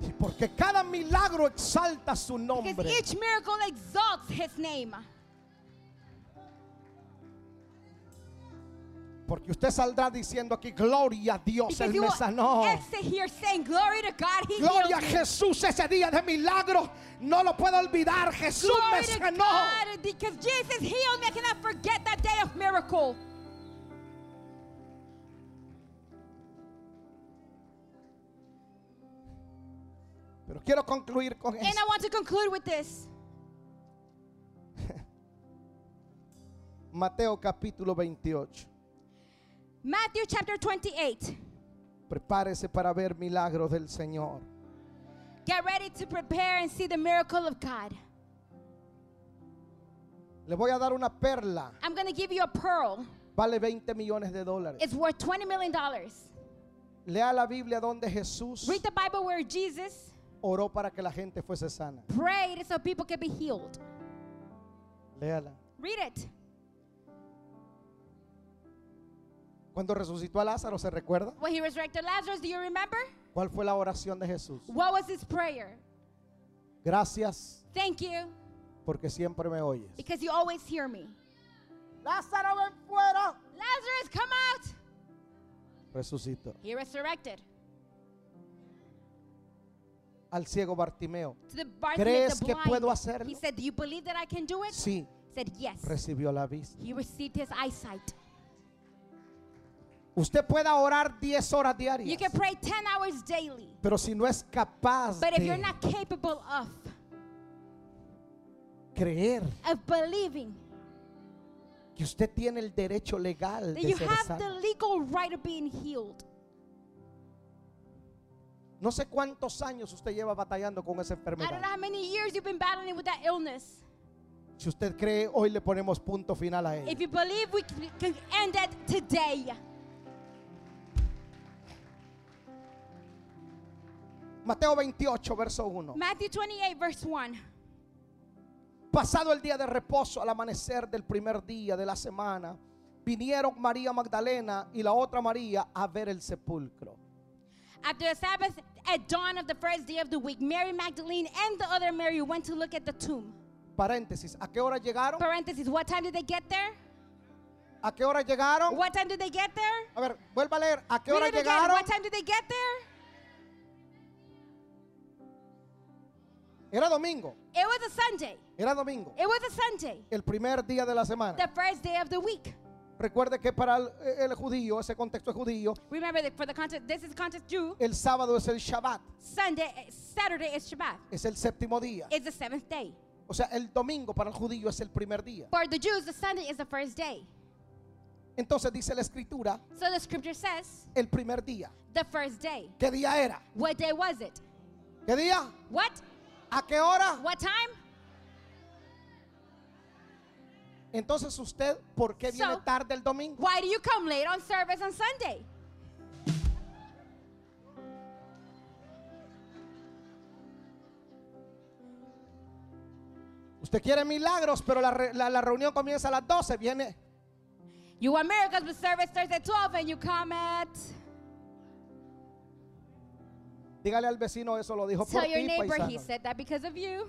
Y Porque cada milagro exalta su Because nombre. each miracle exalts his name. Porque usted saldrá diciendo aquí, gloria a Dios, Because Él you me sanó. will exit here saying, Glory to God, he Gloria a healed me. Jesús ese día de milagros. No lo puedo olvidar. Jesús me Glory to sanó. God, because Jesus healed me. I cannot forget that day of miracle. Pero quiero concluir con And esto. I want to conclude with this. Mateo capítulo 28. Matthew chapter 28. Prepárese para ver milagros del Señor. Get ready to prepare and see the miracle of God. Le voy a dar una perla. I'm going to give you a pearl. Vale 20 millones de dólares. It's worth $20 million. Lea la Biblia donde Jesús Read the Bible where Jesus oró para que la gente fuese sana. prayed so people could be healed. Léala. Read it. Cuando resucitó a Lázaro, ¿se recuerda? When he resurrected Lazarus, do you remember? ¿Cuál fue la oración de Jesús? What was his prayer? Gracias Thank you porque siempre me oyes. because you always hear me. Lázaro, ven fuera. Lazarus, come out. Resucitó. He resurrected. Al ciego Bartimeo. To the Bartimaeus, the ¿Crees que blind, puedo hacerlo? He said, "Do you believe that I can do it?" Sí, He said, "Yes." recibió la vista. He received his eyesight. Usted pueda orar 10 horas You diarias. can pray 10 hours daily, Pero si no es capaz but if you're de not capable of creer of believing que usted tiene el derecho legal that de you ser have sano. the legal right of being healed. No sé cuántos años usted lleva batallando con esa I don't enfermedad. know how many years you've been battling with that illness. Si usted cree, hoy le ponemos punto final a If ella. you believe, we can can end that today. Mateo 28, verso 1. Matthew 28, verse 1. Pasado el día de reposo, al amanecer del primer día de la semana, vinieron María Magdalena y la otra María a ver el sepulcro. After the Sabbath, at dawn of the first day of the week, Mary Magdalene and the other Mary went to look at the tomb. Paréntesis, ¿a qué hora llegaron? Parentheses, what time did they get there? ¿A qué hora llegaron? What time did they get there? A ver, vuelva a leer. ¿A qué hora Read it again. llegaron? What time did they get there? Era domingo, It was a Sunday. era domingo. It was a Sunday, El primer día de la semana. the first day of the week. Recuerde que para el, el judío, ese contexto es judío, Remember that for the context, this is context Jew. el sábado es el Shabbat, Sunday, eh, Saturday is Shabbat. es el séptimo día. It's the seventh day. O sea, el domingo para el judío es el primer día. For the Jews, the Sunday is the first day. Entonces dice la escritura, So the scripture says el primer día. the first day. ¿Qué día era? What day was it? ¿Qué día? What? ¿A qué hora? What time? Entonces usted, ¿por qué viene So- tarde el domingo? Why do you come late on service on Sunday? Usted quiere milagros, pero la, re- la- la reunión comienza a las 12. Viene, You want miracles, but service starts at 12 and you come at. dígale al vecino eso, lo dijo por Tell your ti, neighbor paisano. he said that because of you.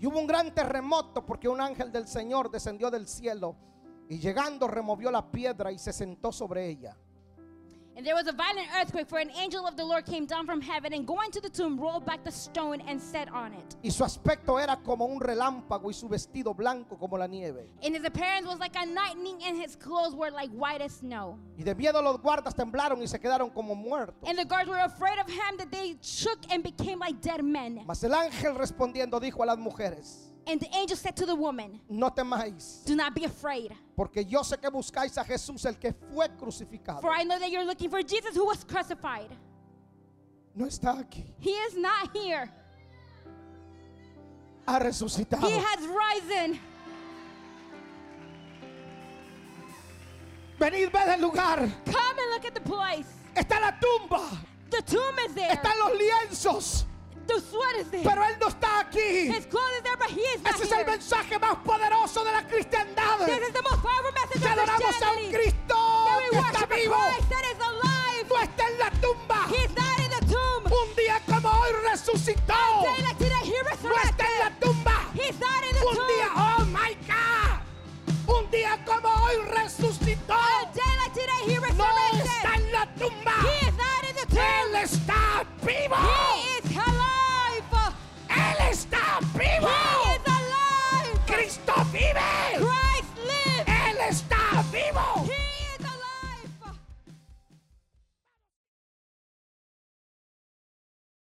Y hubo un gran terremoto porque un ángel del Señor descendió del cielo y llegando removió la piedra y se sentó sobre ella. And there was a violent earthquake, for an angel of the Lord came down from heaven and going to the tomb, rolled back the stone and sat on it. Y su aspecto era como un relámpago y su vestido blanco como la nieve. And his appearance was like a lightning, and his clothes were like white as snow. Y de miedo los guardas temblaron y se quedaron como muertos. And the guards were afraid of him that they shook and became like dead men. Mas el ángel respondiendo dijo a las mujeres, And the angel said to the woman, no temáis, Do not be afraid, porque yo sé que buscáis a Jesús el que fue crucificado. for I know that you're looking for Jesus who was crucified. No está aquí, He is not here, ha resucitado. he has risen. Venid, ved el lugar. Come and look at the place. Está la tumba, The tomb is there, están los lienzos, the sweat is there, pero él no está aquí. oh